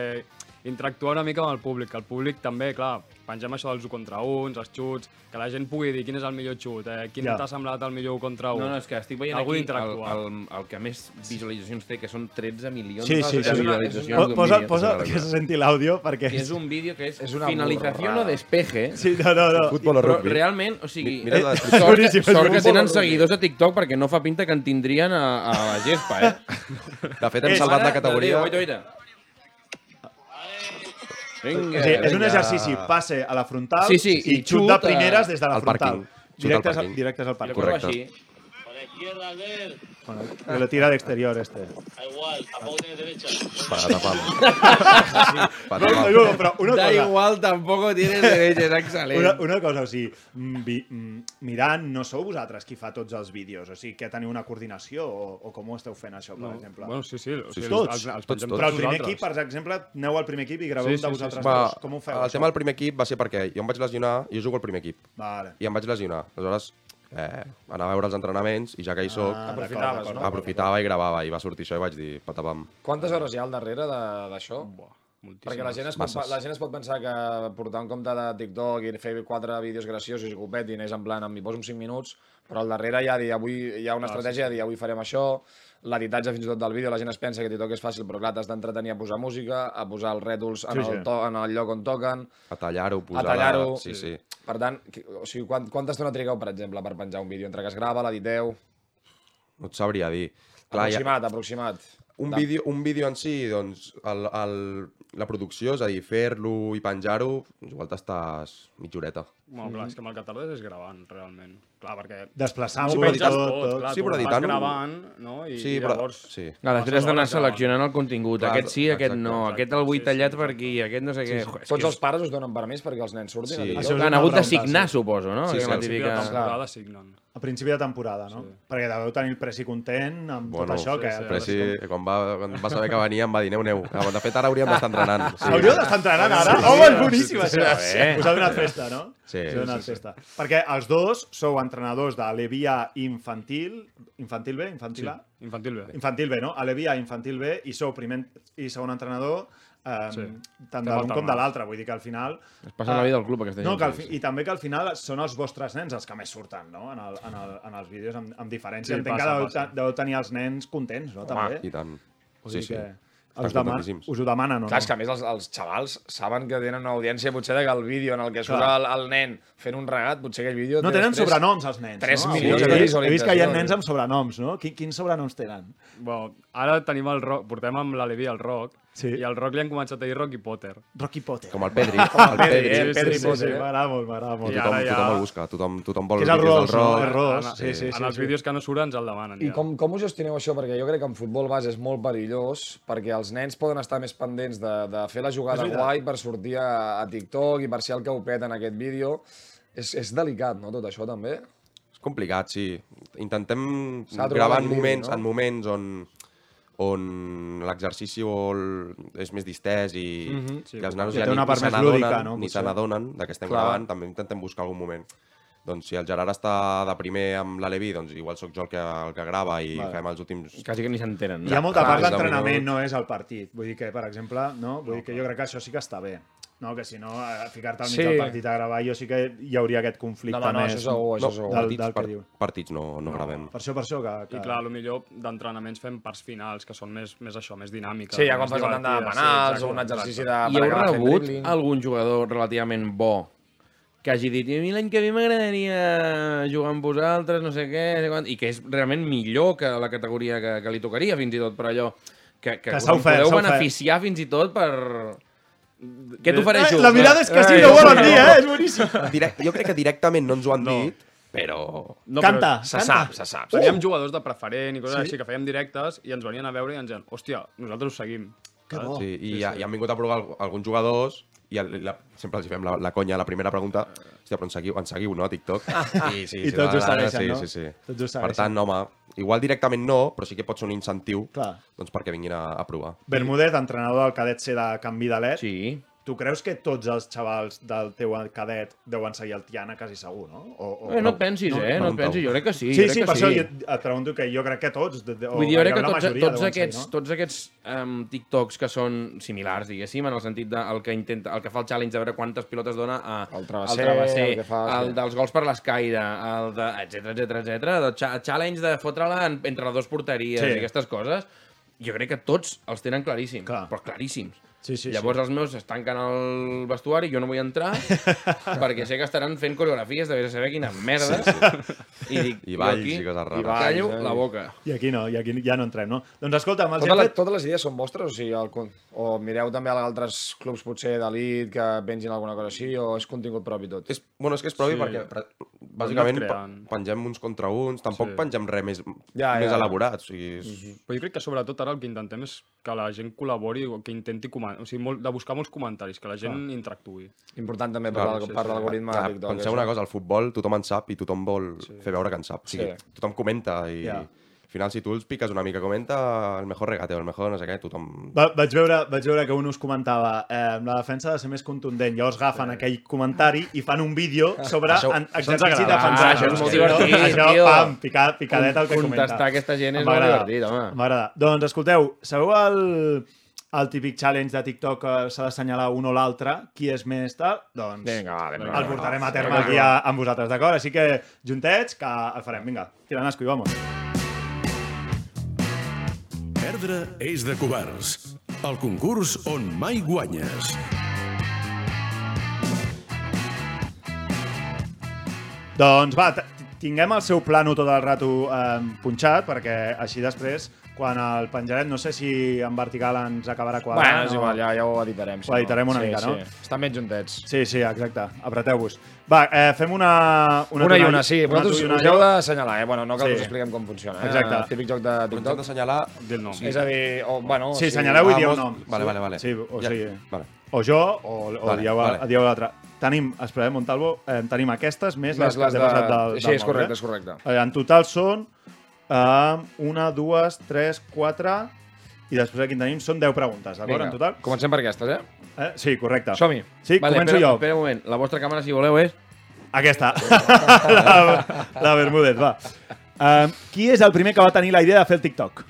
interactuar una mica amb el públic, que el públic també, clar, pengem això dels 1 contra 1, els xuts, que la gent pugui dir quin és el millor xut, eh, quin
Ja.
t'ha semblat el millor 1 contra 1.
No, no, és que estic veient
Algú
aquí el,
d'interactuar.
el, el, que més visualitzacions té, que són 13 milions
Sí, sí,
de
sí.
visualitzacions. d'un
Posa,
vídeo.
posa que se senti l'àudio, perquè...
És un vídeo que és,
És una
finalització
burrada.
o despeje.
Sí, no, no, no. Futbol o
Però
rugbi.
realment, o sigui, eh,
Mi- mira la
sort,
descripció.
que-
Boníssim, és
sort que
futbol o
tenen
rugbi.
seguidors a TikTok perquè no fa pinta que en tindrien a, a la gespa, eh?
De fet, hem salvat la categoria.
Déu, oita, oita. Vinga,
o sigui,
Eh,
és un
vinga.
exercici, passe a la frontal
Sí, sí,
i,
i
xut,
xut
de
a-
primeres des de la
al
frontal.
pàrquing. Xut al
Directes,
pàrquing.
al, directes al parc.
Correcte. així.
Bueno, que lo tira de exterior este.
Para
No, no, no, però una
da
cosa-
igual, tampoco tienes derecho, és excel·lent.
Una, una cosa, o sigui, mm, vi, mm, mirant, no sou vosaltres qui fa tots els vídeos, o sigui, que teniu una coordinació o, o com ho esteu fent això, per
No,
exemple?
bueno, sí, sí, o sigui,
tots,
els-
tots,
els
tots,
pengem tots
Però el primer
nosaltres.
equip, per exemple, aneu al primer equip i graveu sí, sí, de vosaltres sí,
Va,
dos. Com ho feu,
El
això?
tema del primer equip va ser perquè jo em vaig lesionar, jo jugo al primer equip.
Vale.
I em vaig lesionar. Aleshores, eh, anava a veure els entrenaments i ja que hi soc,
Ah, Aprofitaves, d'acord, no?
aprofitava i gravava i va sortir això i vaig dir, patapam.
Quantes hores hi ha al darrere de- d'això? Perquè la gent, es pot,
Masses.
la gent es pot pensar que portar un compte de TikTok i fer quatre vídeos graciosos i copetin és en plan, em hi poso uns 5 minuts, però al darrere hi ha, dir, avui, hi ha una
Ah,
estratègia de dir avui farem això, l'editatge fins i tot del vídeo, la gent es pensa que TikTok és fàcil, però clar, t'has d'entretenir a posar música, a posar els rètols en,
Sí,
el,
sí.
to, en el lloc on toquen,
A tallar-ho,
a
posar... la-
tallar-ho...
Sí, sí.
Per tant, qui- o sigui, quant, quanta estona trigueu, per exemple, per penjar un vídeo? Entre que es grava, l'editeu...
No et sabria dir. hi ha-
Aproximat, aproximat.
un
De-
vídeo, un vídeo en si, doncs, el, el, la producció, és a dir, fer-lo i penjar-ho, doncs igual t'estàs mitja horeta.
Bueno,
Mhm.
clar, és que amb el que tardes és gravant, realment. Clar, perquè...
Desplaçant-ho,
Sí, però
editant-ho,
editant
tot,
clar,
sí,
tu
però
vas
editant-ho.
gravant, no? I,
Sí,
i
però-
llavors...
sí.
Clar, després has d'anar
Passes hores gravant.
seleccionant el contingut.
Clar,
aquest sí, aquest
exacte,
no,
exacte.
aquest el vull tallat per aquí, aquest no sé què. Jo, és que
Tots
és-
els pares us donen permís perquè els nens surtin?
Sí.
a TikTok?
Això és Han una hagut de pregunta, signar, sí. suposo, no?
Sí, sí,
Aquella Al principi de típica- temporada
signen.
A principi de temporada, no? Sí. Perquè deveu tenir el Presi content amb tot això. que...
Però sí, quan va, quan va saber que venia em va dir neu, neu. De fet, ara hauríem d'estar entrenant. Sí.
Hauríeu d'estar entrenant ara?
Sí.
Home, és boníssim, això.
Sí.
Us ha donat festa, no?
Sí,
Us ha donat
sí, sí.
festa. Perquè els dos sou entrenadors de l'Evia Infantil... Infantil B? Infantil A?
Sí, infantil B.
Infantil B, no? A l'Evia Infantil B i sou primer i segon entrenador eh,
Sí.
tant
Fem
de l'un com de
alternats.
l'altre. Vull dir que al final...
Es passen la
eh,
vida al club,
Ah.
aquesta
no,
gent,
que al
sí,
fi, I també que al final són els vostres nens els que més surten, no? En, el, en, el, en els vídeos, amb, amb diferència.
Sí,
Entenc
passa,
que
passa.
deu, deu tenir els nens contents, no?
Home,
també.
i tant.
Vull
Sí,
dir
sí.
que
Estan
Us, dema
contentíssims.
us ho demanen, o no?
Clar, és que a més els, els xavals saben que tenen una audiència potser de que el vídeo en el que surt
Clar.
el, el nen fent un regat, potser aquell vídeo...
No
té
tenen
tres-
sobrenoms, els nens.
3
no?
milions
Sí,
de
he vist- He vist que
visualitzacions.
hi ha nens amb sobrenoms, no? Qui- Quins sobrenoms tenen?
Bueno, ara tenim el rock, portem amb l'Alevi el rock, sí. i al rock li han començat a dir Rocky Potter.
Rocky Potter.
Com el Pedri.
Com el
el
Pedri,
Pedri,
eh?
sí,
Pedri
sí, sí,
Potter.
sí.
M'agrada molt, m'agrada molt.
I tothom,
I ara ja-
tothom el busca, tothom, tothom vol
Que és el
vídeos
Ros,
del rock.
no? El Ros,
En, en els vídeos que han surat ens el demanen.
I com, com ho gestioneu això? Perquè jo crec que en futbol base és molt perillós, perquè els nens poden estar més pendents de, de fer la
És
jugada
veritat.
guai per sortir a, a TikTok i per ser el que ho peta en aquest vídeo. És, és delicat, no?, tot això també.
És complicat, sí. Intentem
S'ha de
gravar
trobar el
en
límit,
moments,
no?
en moments on, on l'exercici o el- és més distès i,
Mhm. Sí,
i els nanos
que
ja
té
ni,
una part
ni se
més lúdica,
n'adonen
no,
ni se
potser.
n'adonen de que estem
Clar.
gravant. També intentem buscar algun moment. Doncs si el Gerard està de primer amb l'Alevi, doncs igual sóc jo el que, el que grava i
Vale.
fem els últims...
Quasi que ni s'entenen.
Hi ha molta part
Clar,
d'entrenament,
és
no és el partit. Vull dir que, per exemple, no? Vull dir que jo crec que això sí que està bé. No, que si no, a- a ficar-te al mig
Sí.
del partit a gravar, jo sí que hi hauria aquest conflicte
No, no, no,
més.
això segur, això segur.
Del,
partits,
del que
par-
diu.
partits no, no, gravem.
Per això, per això, que...
I
que...
clar, a lo millor d'entrenaments fem parts finals, que són més, més això, més dinàmiques.
Sí, ja quan
més
fas la tanda de
divertides,
penals
exacte,
o un exercici de-
exacte.
I heu
Perquè agafen
rebut
dribbling.
algun jugador relativament bo que hagi dit, a mi l'any que ve m'agradaria jugar amb vosaltres, no sé què, no sé quant", i que és realment millor que la categoria que, que li tocaria, fins i tot, per allò que, que,
Que
us
s'ha
en
ofert,
podeu
s'ha ofert.
beneficiar fins i tot per... Què t'ofereixo?
Eh, la mirada és que sí, no ho volen dir, eh? És boníssim.
Direc jo crec que directament no ens ho han dit, però...
No,
Canta, canta.
però Se sap, se sap.
Uh!
Teníem jugadors de preferent i coses
Sí?
sí? així que fèiem directes i ens venien a veure i ens deien, hòstia, nosaltres us seguim.
Que bo.
Sí, i, ja, i han vingut a provar al- alguns jugadors i el, la, sempre els hi fem la, la conya a la primera pregunta. Hòstia, però ens seguiu, ens seguiu no, a TikTok? I, sí,
I
la-
tots ho
la-
segueixen,
sí,
no?
Sí, sí,
Tots ho
Per
segueixen.
tant, home, igual directament no, però sí que pot ser un incentiu
Clar.
doncs, perquè vinguin a, a provar.
Bermúdez, entrenador del cadet C de Can Vidalet.
Sí.
Tu creus que tots els xavals del teu cadet deuen seguir el Tiana quasi segur, no?
Oh,
O, o...
Eh, no et pensis, eh? No et pensis, jo crec que sí.
Sí,
jo crec
sí,
que
per això jo et pregunto que jo crec que tots, de, de, o
Vull dir, jo
gairebé
crec que
la
tots,
majoria
tots,
deuen
aquests,
seguir, no?
tots aquests um, TikToks que són similars, diguéssim, en el sentit de el que, intenta, el que fa el challenge de veure quantes pilotes dona a,
El travesser,
al travesser,
el que fa, sí.
el dels gols per l'escaire, el de... etc etc etc, el cha- challenge de fotre-la en- entre les dues porteries
Sí.
i aquestes coses, jo crec que tots els tenen claríssims,
Clar.
però claríssims.
Sí, sí,
Llavors els meus es tanquen al vestuari, jo no vull entrar, perquè sé que estaran fent coreografies de vés a saber quina merda. Sí, sí. I dic,
I balls
jo aquí,
i coses rares.
callo
Balls, eh?
la boca.
I aquí no, i aquí ja no entrem, no? Doncs escolta'm, els
Tota
hem
la,
fet...
totes les idees són vostres? O, sigui, el, con- o mireu també altres clubs potser d'elit que pengin alguna cosa així o és contingut propi tot?
És, bueno, és que és propi
Sí.
sí. perquè pre- bàsicament pa-
creant.
pengem uns contra uns, tampoc
Sí.
sí. pengem res més,
Ja,
ja,
ja,
més
ja.
elaborat. O sigui, és...
Però jo crec que sobretot ara el que intentem és que la gent col·labori, o que intenti comen- o sigui, molt, de buscar molts comentaris, que la gent interactuui.
Important també
Doncs
per,
Clar,
Clar, per l'algoritme de
Ah,
TikTok.
Penseu
això.
una cosa, el futbol tothom en sap i tothom vol sí. fer veure que en sap. O sigui,
Sí.
sí. tothom comenta i...
Ja.
Al final, si tu els piques una mica, comenta el mejor regate o el mejor no sé què, tothom...
Va, vaig, veure, vaig veure que un us comentava eh, la defensa ha de ser més contundent. Llavors agafen aquell comentari i fan un vídeo sobre
Això-
en-
això ens
exercici
agrada,
Ah,
defensiu.
això és molt
No?
divertit,
Això,
tio.
pam, pica, picadet al que
Contestar
comenta.
aquesta gent és
Em
molt
m'agrada,
divertit, home.
M'agrada. Doncs escolteu, sabeu el, el típic challenge de TikTok que s'ha d'assenyalar un o l'altre? Qui és més tal? Doncs
Vinga, va, vinga,
el
va.
portarem a terme aquí a, amb vosaltres, d'acord? Així que, juntets, que el farem. Vinga, tirant escu i vamos.
Perdre és de covards. El concurs on mai guanyes.
Doncs va, t- tinguem el seu plano tot el rato eh, punxat, perquè així després, quan el penjarem, no sé si en vertical ens acabarà quadrant.
Bueno, és
o-
igual, ja, ja ho editarem. si
Ho editarem una
sí,
mica, no?
Sí. Estan ben juntets.
Sí, sí, exacte. Apreteu-vos. Va, eh, fem una...
Una, una i una, sí.
Una
Vosaltres
tu i
una
una
us heu
jo.
d'assenyalar, eh? Bueno, no cal
Sí.
sí. que us expliquem com funciona. Eh?
Exacte.
El típic joc de
Però ens hem
TikTok.
d'assenyalar...
Del nom.
És a dir, o, bueno...
Sí, assenyaleu i
Ah,
dieu
mos-
nom.
Vale, vale, vale.
Sí, o
Ja,
sigui...
Vale.
O jo, o, o
Vale,
dieu,
vale.
vale. dieu l'altre. Tenim, esperem, Montalvo, eh, tenim aquestes, més les,
Les-
que
les
has de...
de-
passat del, del
Sí, és
mòbil,
correcte,
eh?
és correcte.
Eh, En total són eh, una, dues, tres, quatre... I després aquí en tenim, són 10 preguntes, d'acord, en total?
Comencem per aquestes, eh?
Eh, sí,
Ah.
correcte.
Som-hi.
Sí, començo
espera,
jo.
Espera un moment. La vostra càmera, si voleu, és...
Aquesta. la, la Bermúdez, va. Um, qui és el primer que va tenir la idea de fer el TikTok?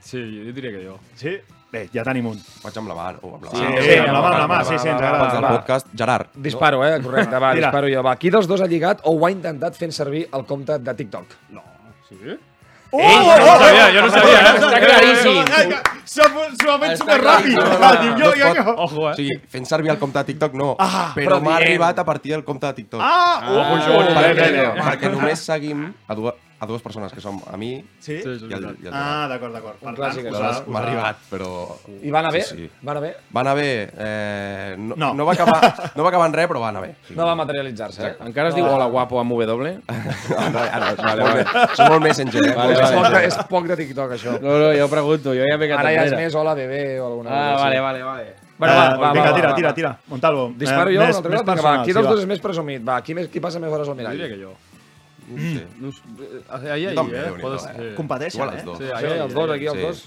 Sí, jo diria que jo.
Sí? Bé, ja tenim un.
Faig amb la mà, o amb la
Sí,
mà.
sí, amb la mà, amb la mà, sí, sí, ens
Abans del
agrada. Va.
podcast, Gerard.
Disparo, eh? Correcte, va,
Tira.
disparo jo. Va, qui dels dos ha lligat o ho ha intentat fent servir el compte de TikTok?
Sí?
Oh,
no
oh,
sabia,
oh,
jo no
oh,
sabia,
oh,
eh? Està
oh,
claríssim.
oh, oh, oh, oh, S'ho s'ho ha fet
Està
superràpid.
claríssim.
Va, diu, Jo, jo, jo.
Ojo,
O
eh?
sigui, fent servir el compte de TikTok, no. Ah, però
però
m'ha
dient.
arribat a partir del compte de TikTok.
Ah, ojo, jo.
perquè,
Déu, Déu, Déu.
perquè només seguim a dues, a dues persones, que som a mi i
Sí?
el, i el Gerard.
Ah, d'acord, d'acord. Per tant,
Clàssic,
us ha-
aleshores,
us
M'ha
ha-
arribat, però...
I va anar bé?
Va anar bé?
Va anar bé. Eh, no,
No.
no. va acabar, no va acabar en res, però va anar bé.
No va materialitzar-se, eh?
Encara es diu hola guapo amb W? no,
no, ja no, vale, vale. Som molt messenger, eh?
Vale,
Molt
vale,
messenger.
vale.
És poc de TikTok, això.
No, no, jo pregunto, jo ja m'he quedat
Ara ja és
enrere.
més hola bebé o alguna
Ah,
cosa així.
vale, vale, vale.
Bueno, va, va, vinga, tira, tira, tira. Montalvo.
Disparo
Eh,
jo
més-
una altra
més
vegada? Vinga, va,
personal,
qui
sí,
dels
va.
dos és més presumit? Va, qui, més, qui passa més hores al mirall?
Jo diria que jo.
Mm.
No, ahir, ahir,
Jo també,
eh?
Déu-n'hi-do,
Podes,
eh?
sí.
Competeixen, Igual els eh? dos.
Sí, ahir, els dos, aquí, els dos.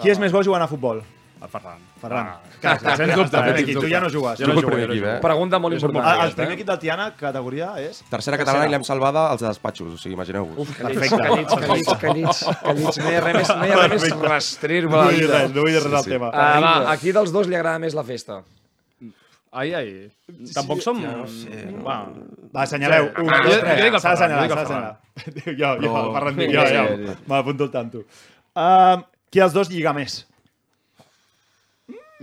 Qui és més bo jugant a futbol?
El Ferran.
Ferran.
Ah.
Clar, clar, sens dubte,
Sens
eh, Quiqui, tu
dubte.
ja no jugues.
Jo no Jugo al jugo, primer jo no equip, jugo. eh?
Pregunta molt
És un
important,
bon- Ah, El
aquesta,
primer
eh?
equip del Tiana, categoria, és?
Tercera catalana i l'hem salvada als despatxos, o sigui, imagineu-vos.
Uf, que llits, que llits, que llits, que llits, que llits.
No hi ha res més, no hi ha res més
Perfecte.
rastrir-me
No
la
vull dir
vida.
res, no vull dir res del tema.
Ah, va,
Terrible.
a qui dels dos li agrada més la festa?
Ahir, ahir. Tampoc som... Ja no
sé.
Va,
Va, assenyaleu. Un,
Ah,
dos,
jo-
tres.
jo dic el
S'ha d'assenyalar,
Ferran, jo dic el
s'ha d'assenyalar. Diu, Jo, jo,
Però-
el Ferran diu,
Sí,
jo,
sí,
jo.
sí, sí.
M'apunto al tanto. Um, qui dels dos lliga més?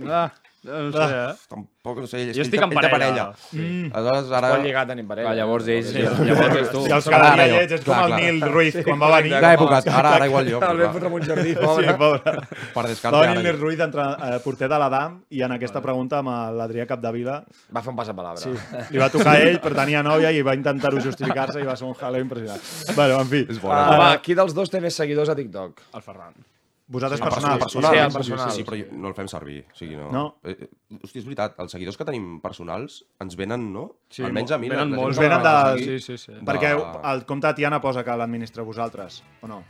Ah, no sé, eh?
Tampoc, no sé, ell,
Jo
ell
estic
té-
en
ell té
parella.
Sí.
Mm.
Aleshores, ara...
Vol lligar tenint parella. Va, llavors ells-
Sí.
llavors ells tu.
Sí,
Ja us quedaria
Ara jo.
lleig, és com
Clar,
el
clar.
Nil Ruiz, quan va
correcte,
venir.
Una època, ara, ara igual jo.
El
però
vam
clar.
fotre en un jardí, pobre. Sí, pobre.
Per descarte,
Doni
ara
Nil Ruiz, entre, eh, porter de l'Adam, i en aquesta pregunta amb l'Adrià Capdevila...
Va fer un passapalabra.
Sí, li va tocar a ell, però tenia nòvia i va intentar-ho justificar-se i va ser un jaleo impressionant. Bueno, en fi.
És eh?
Bona. Ah, va, qui dels dos té més seguidors a TikTok?
El Ferran.
Vosaltres
Sí,
personal.
personal.
Sí, el
Sí,
personal.
Sí, sí, però jo- no el fem servir. O sigui, no.
No.
Eh, eh, Hosti, és veritat, els seguidors que tenim personals ens venen, no?
Sí,
Almenys a mi. la- la gent
Us
que
venen de...
m'agrada seguir, de-
Perquè el compte de Tiana posa que l'administra vosaltres, o no?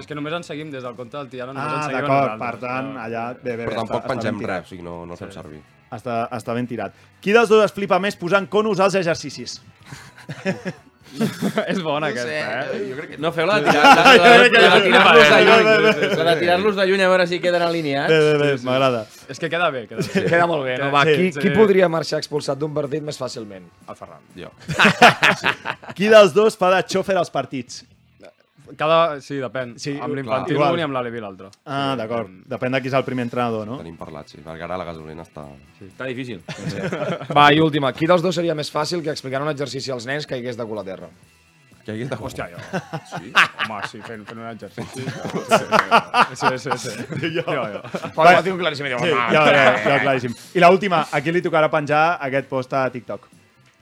És que només ens seguim des del compte del Tiana. només ens
Ah,
seguim
d'acord,
nosaltres.
per tant, allà... Bé, bé, bé,
Però
està-
tampoc
està ben
pengem
tirat.
res, o sigui, no, no el fem servir.
Està, està ben tirat. Qui dels dos es flipa més posant conos als exercicis?
és bona aquesta,
eh? Jo crec
No, feu la de tirar- la de- la de- la de tirar-los de
eh,
lluny. La de tirar-los de lluny a veure si queden alineats.
Bé, bé, bé, m'agrada.
És que queda bé. Queda, bé.
Queda molt bé, no? Va,
Sí,
qui,
sí.
qui podria marxar expulsat d'un partit més fàcilment?
El Ferran.
Jo.
Qui dels dos fa de xòfer als partits?
Cada... Sí, depèn. Sí,
clar.
amb l'infantil
Igual.
un i amb l'Alevi l'altre.
Ah, d'acord. Depèn de qui és el primer entrenador, no?
Tenim parlat, sí. Perquè ara la gasolina està...
Sí. Està difícil.
Va, i última. Qui dels dos seria més fàcil que explicar un exercici als nens que caigués de cul a terra?
Que hagués de...
Hòstia, jo.
Sí?
Home, sí, fent, fent un exercici. Sí, sí, sí. sí.
Jo,
jo.
Però ho diu claríssim, diu,
Sí,
home,
ja, ja, ja,
eh.
claríssim. I l'última, a qui li tocarà penjar aquest post a TikTok?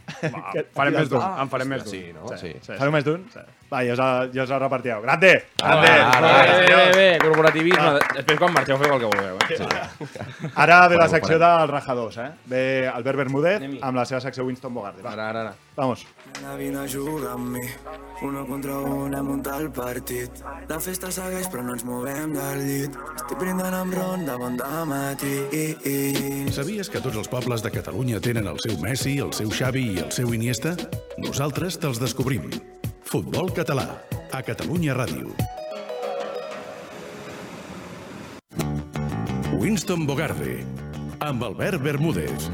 Va, farem més d'un, en eh, farem més d'un.
Sí, no? Sí.
Fareu més d'un? Va, ja us, el- ja us el repartireu. Grande! Grande!
Ara,
Grande,
bé, bé,
senyor.
bé, corporativisme. Després quan marxeu feu el que vulgueu. Eh?
Ara ve la
Fareu,
secció
fareu.
dels rajadors, eh? Ve Albert Bermúdez amb la seva secció Winston Bogarde. Va.
Ara, ara, ara.
Vamos.
Nena, vine, ajuda'm-me. Una contra una, muntar el partit. La festa segueix, però no ens movem del llit. Estic brindant amb ron de bon dematí.
Sabies que tots els pobles de Catalunya tenen el seu Messi, el seu Xavi i el seu Iniesta? Nosaltres te'ls descobrim. Futbol català, a Catalunya Ràdio. Winston Bogarde, amb Albert Bermúdez.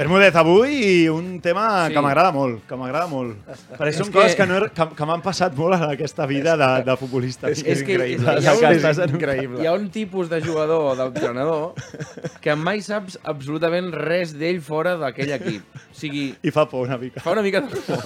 Bermúdez, avui un tema
Sí.
que m'agrada molt, que m'agrada molt. Perquè
És
són
que-
coses que, no he, que, que m'han passat molt en aquesta vida de, de futbolista.
hi ha un-
Estàs en un-
Hi ha un tipus de jugador o d'entrenador que mai saps absolutament res d'ell fora d'aquell equip. O sigui,
I fa por una mica.
Fa una mica de por.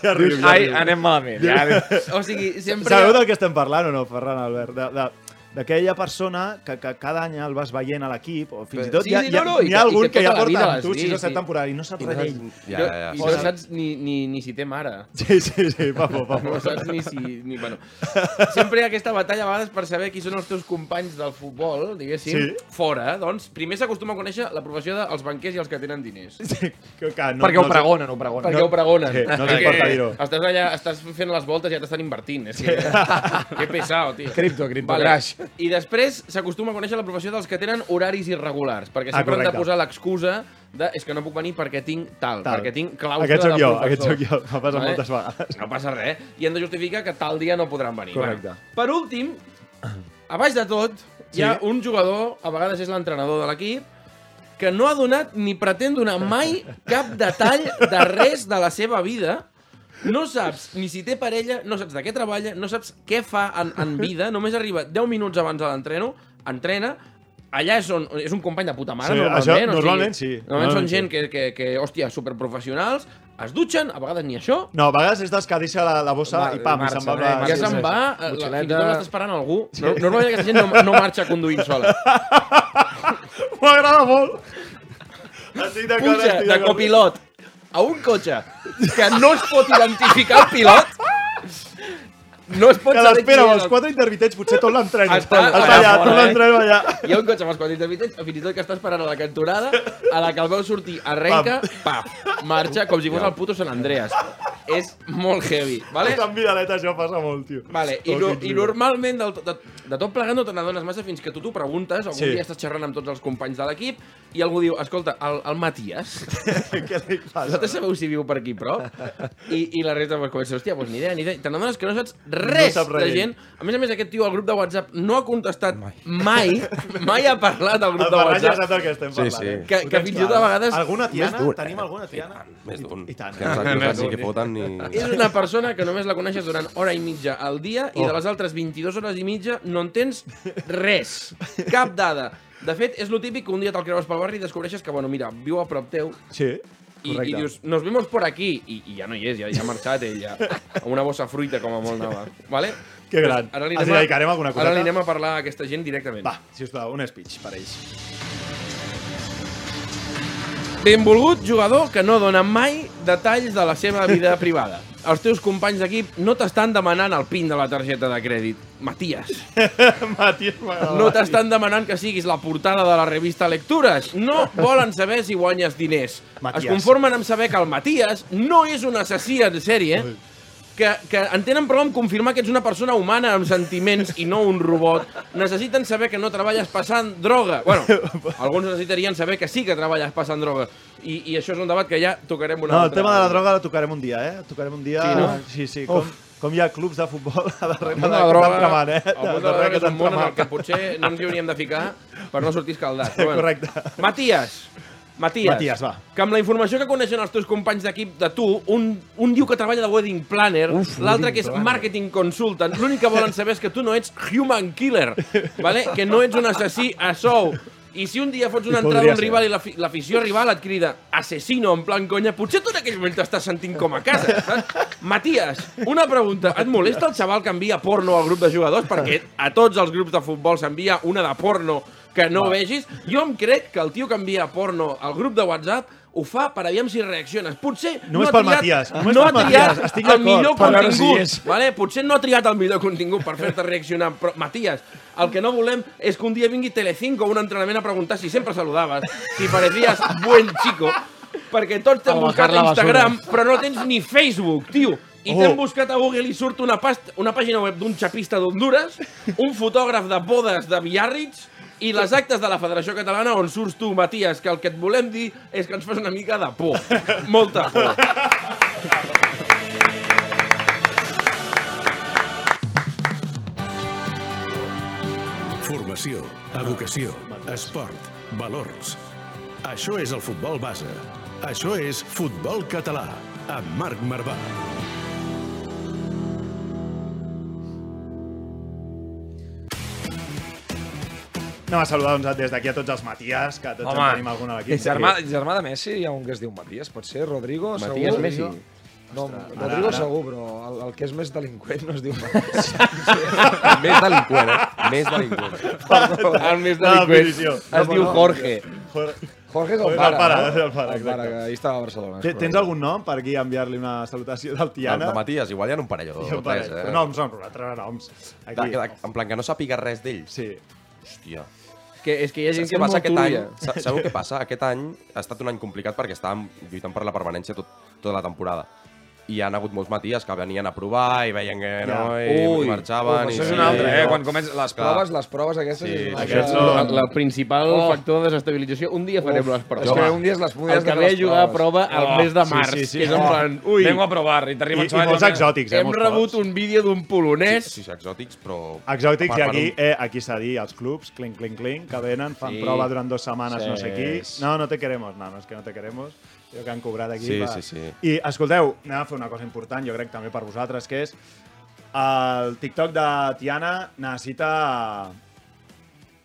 Ja arribo, ja
Ai,
arribo.
anem malament, ja. O sigui, sempre hi ha-
Sabeu del que estem parlant o no, Ferran, Albert? De, de, d'aquella persona que, que cada any el vas veient a l'equip, o fins i tot
Sí,
hi ha,
sí,
hi ha,
no, no, i
n'hi ha
que- i
algun
que
que, ja
tota la vida
porta
l'has
amb tu sis o
vist,
set
sí.
temporades i no saps
I no
res
saps-
d'ell.
Ja, ja, ja. I no saps ni, ni, ni si té mare.
Sí, sí, sí, va por, va por.
No saps ni si... Ni, bueno. Sempre hi ha aquesta batalla a vegades per saber qui són els teus companys del futbol, diguéssim,
Sí.
fora. Doncs primer s'acostuma a conèixer la professió dels banquers i els que tenen diners.
Sí, que, que no,
Perquè ho
no sé.
pregonen, ho pregonen. Perquè ho pregonen.
Sí, no
Perquè
t'importa dir-ho.
Estàs allà, estàs fent les voltes i ja t'estan invertint. És que, que pesado, tio.
Cripto, cripto, crash.
I després s'acostuma a conèixer la professió dels que tenen horaris irregulars, perquè
Ah,
sempre han de
correcte.
posar l'excusa de és que no puc venir perquè tinc tal,
Tal.
perquè tinc claustre
Aquest sóc
del
jo,
professor.
aquest sóc jo. M'ha passat moltes vegades.
No passa res. I han de justificar que tal dia no podran venir.
Correcte.
Bueno, per últim, a baix de tot, hi ha
Sí.
un jugador, a vegades és l'entrenador de l'equip, que no ha donat ni pretén donar mai cap detall de res de la seva vida. No saps ni si té parella, no saps de què treballa, no saps què fa en, en vida. Només arriba 10 minuts abans de l'entreno, entrena, allà és, on, és un company de puta mare,
Sí,
normalment.
això,
o sigui,
normalment sí.
Normalment
Normalment
són gent que, que, que, hòstia, superprofessionals, es dutxen, a vegades ni això,
No, a vegades és dels que deixa la, la bossa i pam, i se'n va. amb la-
ja se'n va, eh, la, fins i tot l'està esperant algú. No, normalment aquesta gent no, no marxa conduint sola.
M'agrada molt. Estic d'acord,
Puja
estic
de
d'acord.
copilot a un cotxe que no es pot identificar el pilot, no es pot
que
saber
l'espera
qui
amb
és
els
el-
quatre intermitents, potser tot l'entreno. El
Està eh?
ballar, tot l'entreno allà.
Hi ha un cotxe amb els quadrits de vintage, fins i tot que està esperant a la cantonada, a la que el veu sortir, arrenca, paf, marxa, com si fos el puto Sant Andreas. És molt heavy, vale?
Puta, Amb vidaleta això passa molt, tio.
Vale, i,
Oh,
no,
quin
i
tio.
normalment del, to- de, de tot plegat no te n'adones massa fins que tu t'ho preguntes, algun
Sí.
sí. dia estàs xerrant amb tots els companys de l'equip i algú diu, escolta, el, el Matías,
Què li passa?
vosaltres sabeu si viu per aquí prop? I, i la resta pues, comença, hòstia, pues, ni idea, ni idea. I Te n'adones que no saps res
No sap
de
res.
gent. A més a més, aquest tio al grup de WhatsApp no ha contestat mai, mai, mai ha parlat al grup
El
de
Ferran ja
WhatsApp.
sap del que estem parlant, eh?
Que,
Ho
que
tens
fins i tot a
clar.
vegades...
Alguna tiana?
dur, eh?
Tenim alguna tiana?
Més d'un.
I tant.
Que ens aquí,
Més
ens aquí
d'un.
que foten i...
És una persona que només la coneixes durant hora i mitja al dia i
Oh.
de les altres 22 hores i mitja no en tens res, cap dada. De fet, és lo típic que un dia te'l creus pel barri i descobreixes que, bueno, mira, viu a prop teu
Sí,
i, i dius, nos vemos por aquí, i, i ja no hi és, ja, ja ha marxat ell, ja, amb una bossa fruita com a molt nova, vale?
Que gran.
Doncs Ara li
Els
anem,
hi dedicarem alguna
Ara
coseta?
li anem a parlar a aquesta gent directament.
Va, sisplau, un speech per ells.
Benvolgut jugador que no dona mai detalls de la seva vida privada. Els teus companys d'equip no t'estan demanant el pin de la targeta de crèdit. Matías.
Matías m'agrada.
No t'estan demanant que siguis la portada de la revista Lectures. No volen saber si guanyes diners.
Matías.
Es conformen amb saber que el Matías no és un assassí en sèrie, que, que en tenen prou amb confirmar que ets una persona humana amb sentiments i no un robot. Necessiten saber que no treballes passant droga. Bueno, alguns necessitarien saber que sí que treballes passant droga. I, i això és un debat que ja tocarem una
No, el
altra.
tema de la droga la tocarem un dia, eh? Tocarem un dia...
Sí, no?
Sí, sí, com, com hi ha clubs de futbol a darrere
El món de la droga,
entremant, eh?
el món de la
Darrere
droga és un món en el
entremant.
que potser no ens hi hauríem de ficar per no sortir escaldat. Però bueno.
Correcte.
Matías, Matías,
Matías, va.
que amb la informació que coneixen els teus companys d'equip de tu, un, un diu que treballa de wedding planner, l'altre
wedding
que és
planner.
marketing consultant, l'únic que volen saber és que tu no ets human killer, vale? que no ets un assassí a sou. I si un dia fots
I
una entrada a
podria
un
ser.
rival i l'afi- l'afició rival et crida assassino en plan conya, potser tu en aquell moment t'estàs sentint com a casa. Saps? Matías, una pregunta. Et molesta el xaval que envia porno al grup de jugadors? Perquè a tots els grups de futbol s'envia una de porno que no vegis. Jo em crec que el tio que envia porno al grup de WhatsApp ho fa per aviam si reacciones. Potser
Només
no ha
pel
triat,
Matías, només
no ha
pel
triat
Matías, estic
el
d'acord,
millor
per veure si hi
contingut.
és.
Vale? Potser no ha triat el millor contingut per fer-te reaccionar, però, Matías, el que no volem és que un dia vingui Telecinco a un entrenament a preguntar si sempre saludaves, si parecies buen chico, perquè tots t'hem
A
buscat
bajar
a
la
Instagram, però no tens ni Facebook, tio. I t'hem
Oh.
buscat a Google i surt una, past una pàgina web d'un xapista d'Honduras, un fotògraf de bodes de Biarritz, i les actes de la Federació Catalana on surts tu, Matías, que el que et volem dir és que ens fas una mica de por. Molta por.
Formació, educació, esport, valors. Això és el futbol base. Això és Futbol Català, amb Marc Marvà.
Anem a saludar doncs, des d'aquí a tots els Matías, que tots en tenim algun a l'equip.
germà, germà de Messi hi ha un que es diu Matías, pot ser? Rodrigo,
Matías
segur?
Messi?
No,
Ostres, ara,
Rodrigo
ara.
segur, Oh, però el, el, que és més delinqüent no es diu Matías.
Més delinqüent, eh? Més delinqüent.
Perdó.
El més
La
delinqüent
definició.
es diu Jorge.
Jorge.
Jorge és
Jorge
el pare,
pare,
no?
és el pare, exacte.
que ahir estava a Barcelona.
Té- Tens algun nom per aquí enviar-li una salutació del
El
Tiana?
de Matías, igual hi ha un parell o
I un
tres,
parell.
eh?
Noms, noms, nosaltres noms.
De,
Aquí.
de, en plan, que no sàpiga res d'ell.
Sí.
Hòstia.
Que, és que hi ha gent
Saps què
que és
passa
molt
aquest any?
tuia.
Sa- Sabeu què passa? Aquest any ha estat un any complicat perquè estàvem lluitant per la permanència tot, tota la temporada. I hi han hagut molts maties que venien a provar i veien que no,
Ja.
i,
Ui.
i marxaven... i
Uf, això és
sí,
una altra, eh?
no.
Quan comences les
Clar.
proves, les proves aquestes...
Sí, sí,
és una mica-
Aquests
La,
són...
la principal
Oh.
factor de desestabilització. Un dia farem
Uf,
les proves.
és que un dia és les- un dia
El
és
que
les
ve a jugar a prova
proves.
el
Oh,
mes de
sí,
març,
sí, sí.
que és en
Oh.
plan... Ui,
Vengo a provar, i
I,
t'arriba un
I
xaval...
molts exòtics, eh?
hem
molts
rebut
colors.
un vídeo d'un polonès.
Sí, sí, exòtics, però...
Exòtics, i
per- per
aquí,
un-
eh, aquí s'ha dit, els clubs, clink, clink, clink, que venen, fan
Sí.
prova durant dues setmanes, no sé qui.
Sí.
No, no te queremos, no, no, és que no te queremos. Jo que han cobrat aquí.
Sí,
per-
sí, sí.
I, escolteu, anem a fer una cosa important, jo crec, també per vosaltres, que és el TikTok de Tiana necessita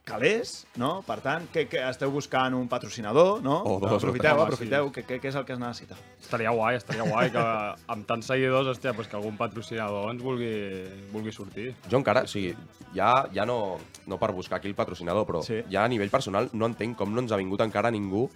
calés, no? Per tant, que, que esteu buscant un patrocinador, no?
Oh,
O dos.
Aprofiteu,
Home,
aprofiteu, que, que, que és el que es necessita.
Estaria guai, estaria guai que amb tants seguidors, hòstia, pues que algun patrocinador ens vulgui, vulgui sortir.
Jo encara, o sigui, ja, ja no, no per buscar aquí el patrocinador, però sí. ja a nivell personal no entenc com no ens ha vingut encara ningú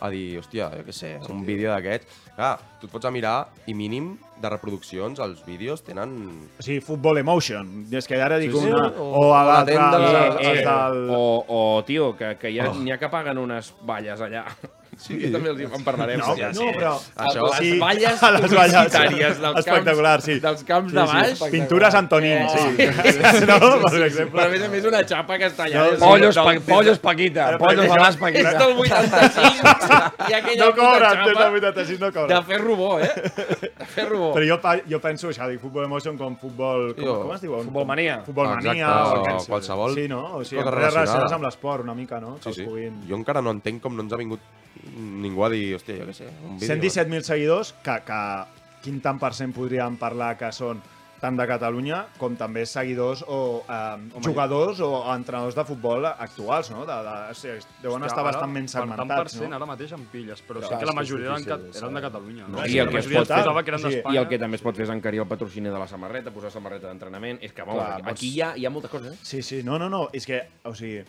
a dir, hòstia, jo què sé, un vídeo d'aquests... Clar, tu et pots a mirar i mínim de reproduccions els vídeos tenen...
O sigui, Football Emotion. És que ara dic
sí,
una...
o-
o, a l'altre... els-
Eh,
els
eh,
del-
O, o, tio, que, que hi ha,
Oh.
n'hi ha que paguen unes valles allà. Sí. Aquí també els hi- en parlarem.
No,
sí,
no,
sí.
però-
Això,
Això-
les
sí.
valles
A les valles.
publicitàries dels
Espectacular,
camps,
sí.
dels camps
Sí,
de
sí,
baix. Eh,
Pintures Antonín, sí. No, per exemple.
Però a més a més una xapa que està allà.
No,
és
Pollos
del-
Pa-
del-
Pollos Paquita,
Però
Pollos
perquè
Balàs
això
Paquita.
És del 85. I aquella
No cobra,
puta
des
xapa
del 86 no cobra.
De ferro bo, eh? De ferro bo.
Però jo, pa- jo penso això, dic Football Emotion com futbol... Com,
Jo-
com es diu?
Futbol mania.
Futbol mania.
Exacte, o
aquests-
qualsevol
Sí, no? O sigui,
cosa
empreses relacionades
relacionada.
amb l'esport una mica, no?
Sí,
Que els
sí.
puguin-
Jo encara no entenc com no ens ha vingut ningú a dir, hòstia, jo què sé, un
eh?
vídeo...
117.000 seguidors, que, que quin tant per cent podríem parlar que són tant de Catalunya com també seguidors o eh, jugadors o entrenadors de futbol actuals, no? De, de, o sigui, deuen estar bastant ben
Per tant, per
segmentats,
cent,
no?
ara mateix en pilles, però
Clar,
sí que
és que
la
és
majoria eren,
difícil,
cat- eren de Catalunya. No?
No, I el que es pot fer,
pensava que eren d'Espanya.
i el que també es pot fer és encarir el patrocini de la samarreta, posar samarreta d'entrenament, és que, vamos,
Clar,
aquí, aquí
pots-
hi, ha, hi ha moltes coses, eh?
Sí, sí, no, no, no, és que, o sigui,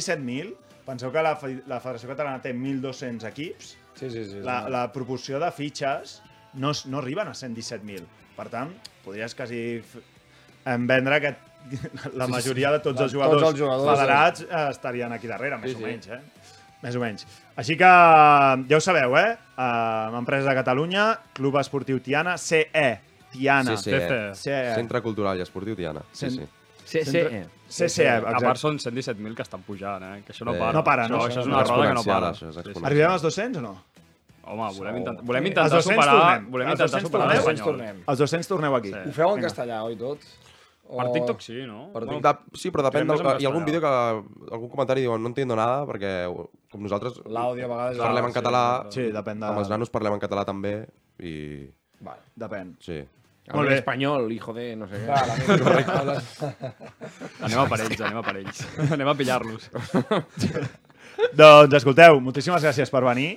117.000, penseu que la, fe- la Federació Catalana té 1.200 equips,
Sí, sí, sí.
la, la proporció de fitxes no, es- no arriben a 117.000. Per tant, podries quasi f- en vendre aquest la
Sí, sí,
majoria
sí.
de tots
De
els jugadors,
tots els jugadors,
federats eh, estarien aquí darrere, més
Sí,
sí,
sí.
o menys, eh? Més o menys. Així que ja ho sabeu, eh? Uh, Empresa de Catalunya, Club Esportiu Tiana, CE, Tiana.
E.
E.
CCE.
eh?
eh.
Centre Cultural i Esportiu Tiana. Sí,
Cent-
sí.
CCE.
E.
CCE,
A
E.
part
exacte.
són 117.000 que estan pujant, eh? Que això no
Eh,
para.
No para, no?
Això, això és una roda que no
Exponencial,
para.
això és
Sí, sí.
exponencial.
Arribem als 200 o no?
Home, volem, intent,
Sí.
volem
Els
intentar
200
superar...
tornem.
Volem
Els
intentar
200
superar
tornem.
l'espanyol.
Els 200 torneu aquí.
Ho feu en
Vinga.
castellà, oi, tot? O...
Per TikTok sí, no?
Per
Bueno,
TikTok.
de, sí, però depèn
Però
del
més
que...
en
Hi ha algun
castellà.
vídeo que... Algun comentari diuen no entiendo nada, perquè ho- com nosaltres...
L'àudio a vegades-
Parlem
Ah,
en
sí,
català.
sí, depèn de-
Amb els nanos parlem en català també i...
Vale. Depèn.
Sí.
Molt bé. espanyol, hijo de... no sé què.
Ah,
Clar, la meva- Anem a per ells, anem a per ells. Anem a pillar-los.
Doncs escolteu, moltíssimes gràcies per venir.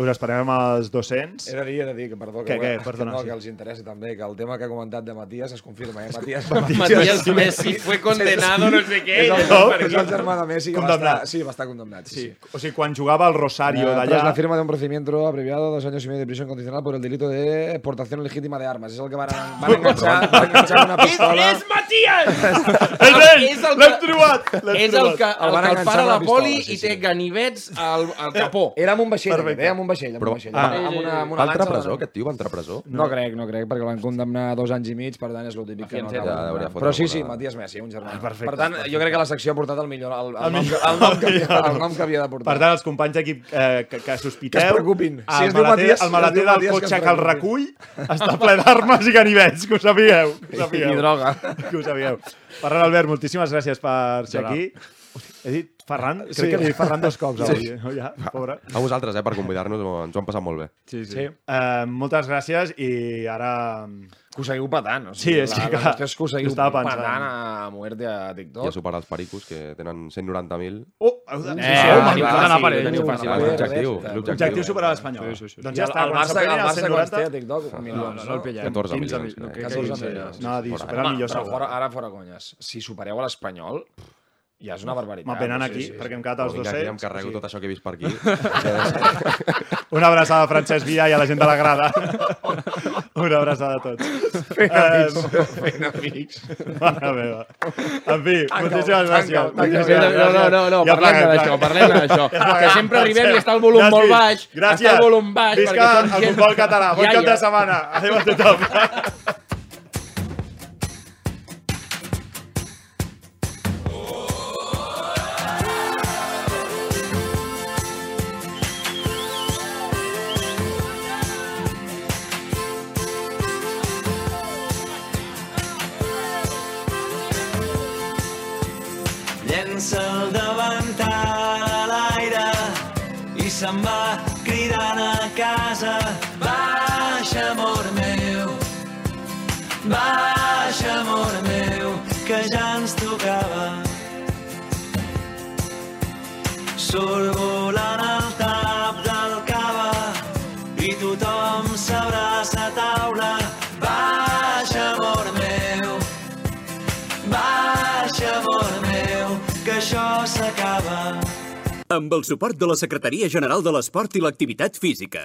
Us esperem als 200.
He de dir, he de dir, que perdó, que,
Què,
ho-
què? Perdona,
que, no,
sí.
que els interessi també, que el tema que ha comentat de Matías es confirma, eh? Matías,
Matías Messi fue condenado, no sé què,
És el,
i no sé per
és el
què.
germà de Messi que va estar,
Condemnat.
sí, va estar condemnat. Sí, sí.
O sigui, quan jugava al Rosario
Eh, tras
d'allà...
la firma de un procedimiento abreviado a dos años y medio de prisión condicional por el delito de portación legítima de armas. Es el que van a, van a enganchar, van a enganchar una pistola.
És Matías!
És ell!
el
L'hem
que-
trobat! L'hem
És el
trobat.
que
El van
el, que el
enganxar
para
amb
la
una
poli
pistola, sí,
i té ganivets al, al capó.
Era amb un vaixell,
Perfecte.
aquest, eh? Amb un vaixell, amb
Però-
un vaixell.
Ah.
amb una, amb una
va entrar a
lanxa
presó?
van-
Aquest tio va entrar a presó?
No crec, no crec, perquè l'han condemnat a dos anys i mig, per tant és el típic que no
Fianceta.
acaba.
Ja, hauria
condemnant.
fotre
Però sí, sí,
alguna-
Matías Messi, un germà.
perfecte,
per tant, jo crec que la secció ha portat el millor, el, el,
El
nom,
millor-
que- el, nom, que,
el
havia,
millor.
el nom que havia de portar.
Per tant, els companys d'equip eh, que, que sospiteu...
Que es preocupin. Si
el
es diu
maleter,
Matías-
el maleter
es diu
del
Matías, que
cotxe
es
que, el recull
preocupin.
està ple d'armes i ganivets, que ho sapigueu. Que ho sapigueu.
I droga.
Que ho sapigueu. Ferran Albert, moltíssimes gràcies per ser
Gerard.
aquí. He dit Ferran? Crec
Sí.
que li he dit Ferran dos cops avui.
Sí.
No, ja, pobre.
A vosaltres, eh, per convidar-nos, ens ho hem passat molt bé.
Sí. Eh, moltes gràcies i ara... mm,
Que ho seguiu petant. O
Sí, és
la,
que,
la
clar,
qüestió és que ho
jo
seguiu
estava
petant
pensant.
a muerte a
I a
TikTok.
superar els pericos, que tenen 190.000.
Oh, heu
Eh,
de... sí,
teniu fàcil,
sí, sí,
teniu
teniu
fàcil.
fàcil.
L'objectiu, l'objectiu.
Objectiu superar l'Espanyol. Sí, sí, sí. Doncs ja
I el-
està,
el
quan
Barça-
s'apellin
el
els
Barça
190...
quants té a TikTok? Milions,
no,
no?
no el pillem.
14
15
milions,
mil-
crec.
14
Sí, sí,
milions.
sí.
No, a dir,
Fora.
superar el millor
però
segur.
fora, ara fora conyes. Si supereu a l'Espanyol, ja és una barbaritat.
Ah,
M'apenen
o
aquí,
sigui,
perquè hem quedat als
Vinga, aquí
200.
em carrego
sí.
tot això que he vist per Eh, aquí.
Una abraçada a Francesc Villa i a la gent de la grada. Una abraçada a tots. Eh,
Fent amics, fent
amics. Mare meva. En fi,
Tanca-ho,
moltíssimes gràcies.
tanca-ho, tanca-ho.
Moltíssimes gràcies.
No, no, no, no,
Ja
parlem
pleguem,
d'això,
pleguem.
parlem d'això.
Ja pleguem,
Que sempre arribem i
Francesc.
està el volum
Ja has
molt
vist.
baix,
Gràcies.
està el volum baix,
Visca
perquè som
el
gent-
futbol català. Bon
Ja,
cap
ja.
de setmana. Adéu a tothom.
Llença el davantal a l'aire i se'n va cridant a casa. Baixa, amor meu, baixa, amor meu, que ja ens tocava. surt volant al tap del cava i tothom s'abraça a taula. Baixa, amor meu, baixa, amor meu, que això s'acaba.
Amb el suport de la Secretaria General de l'Esport i l'Activitat Física.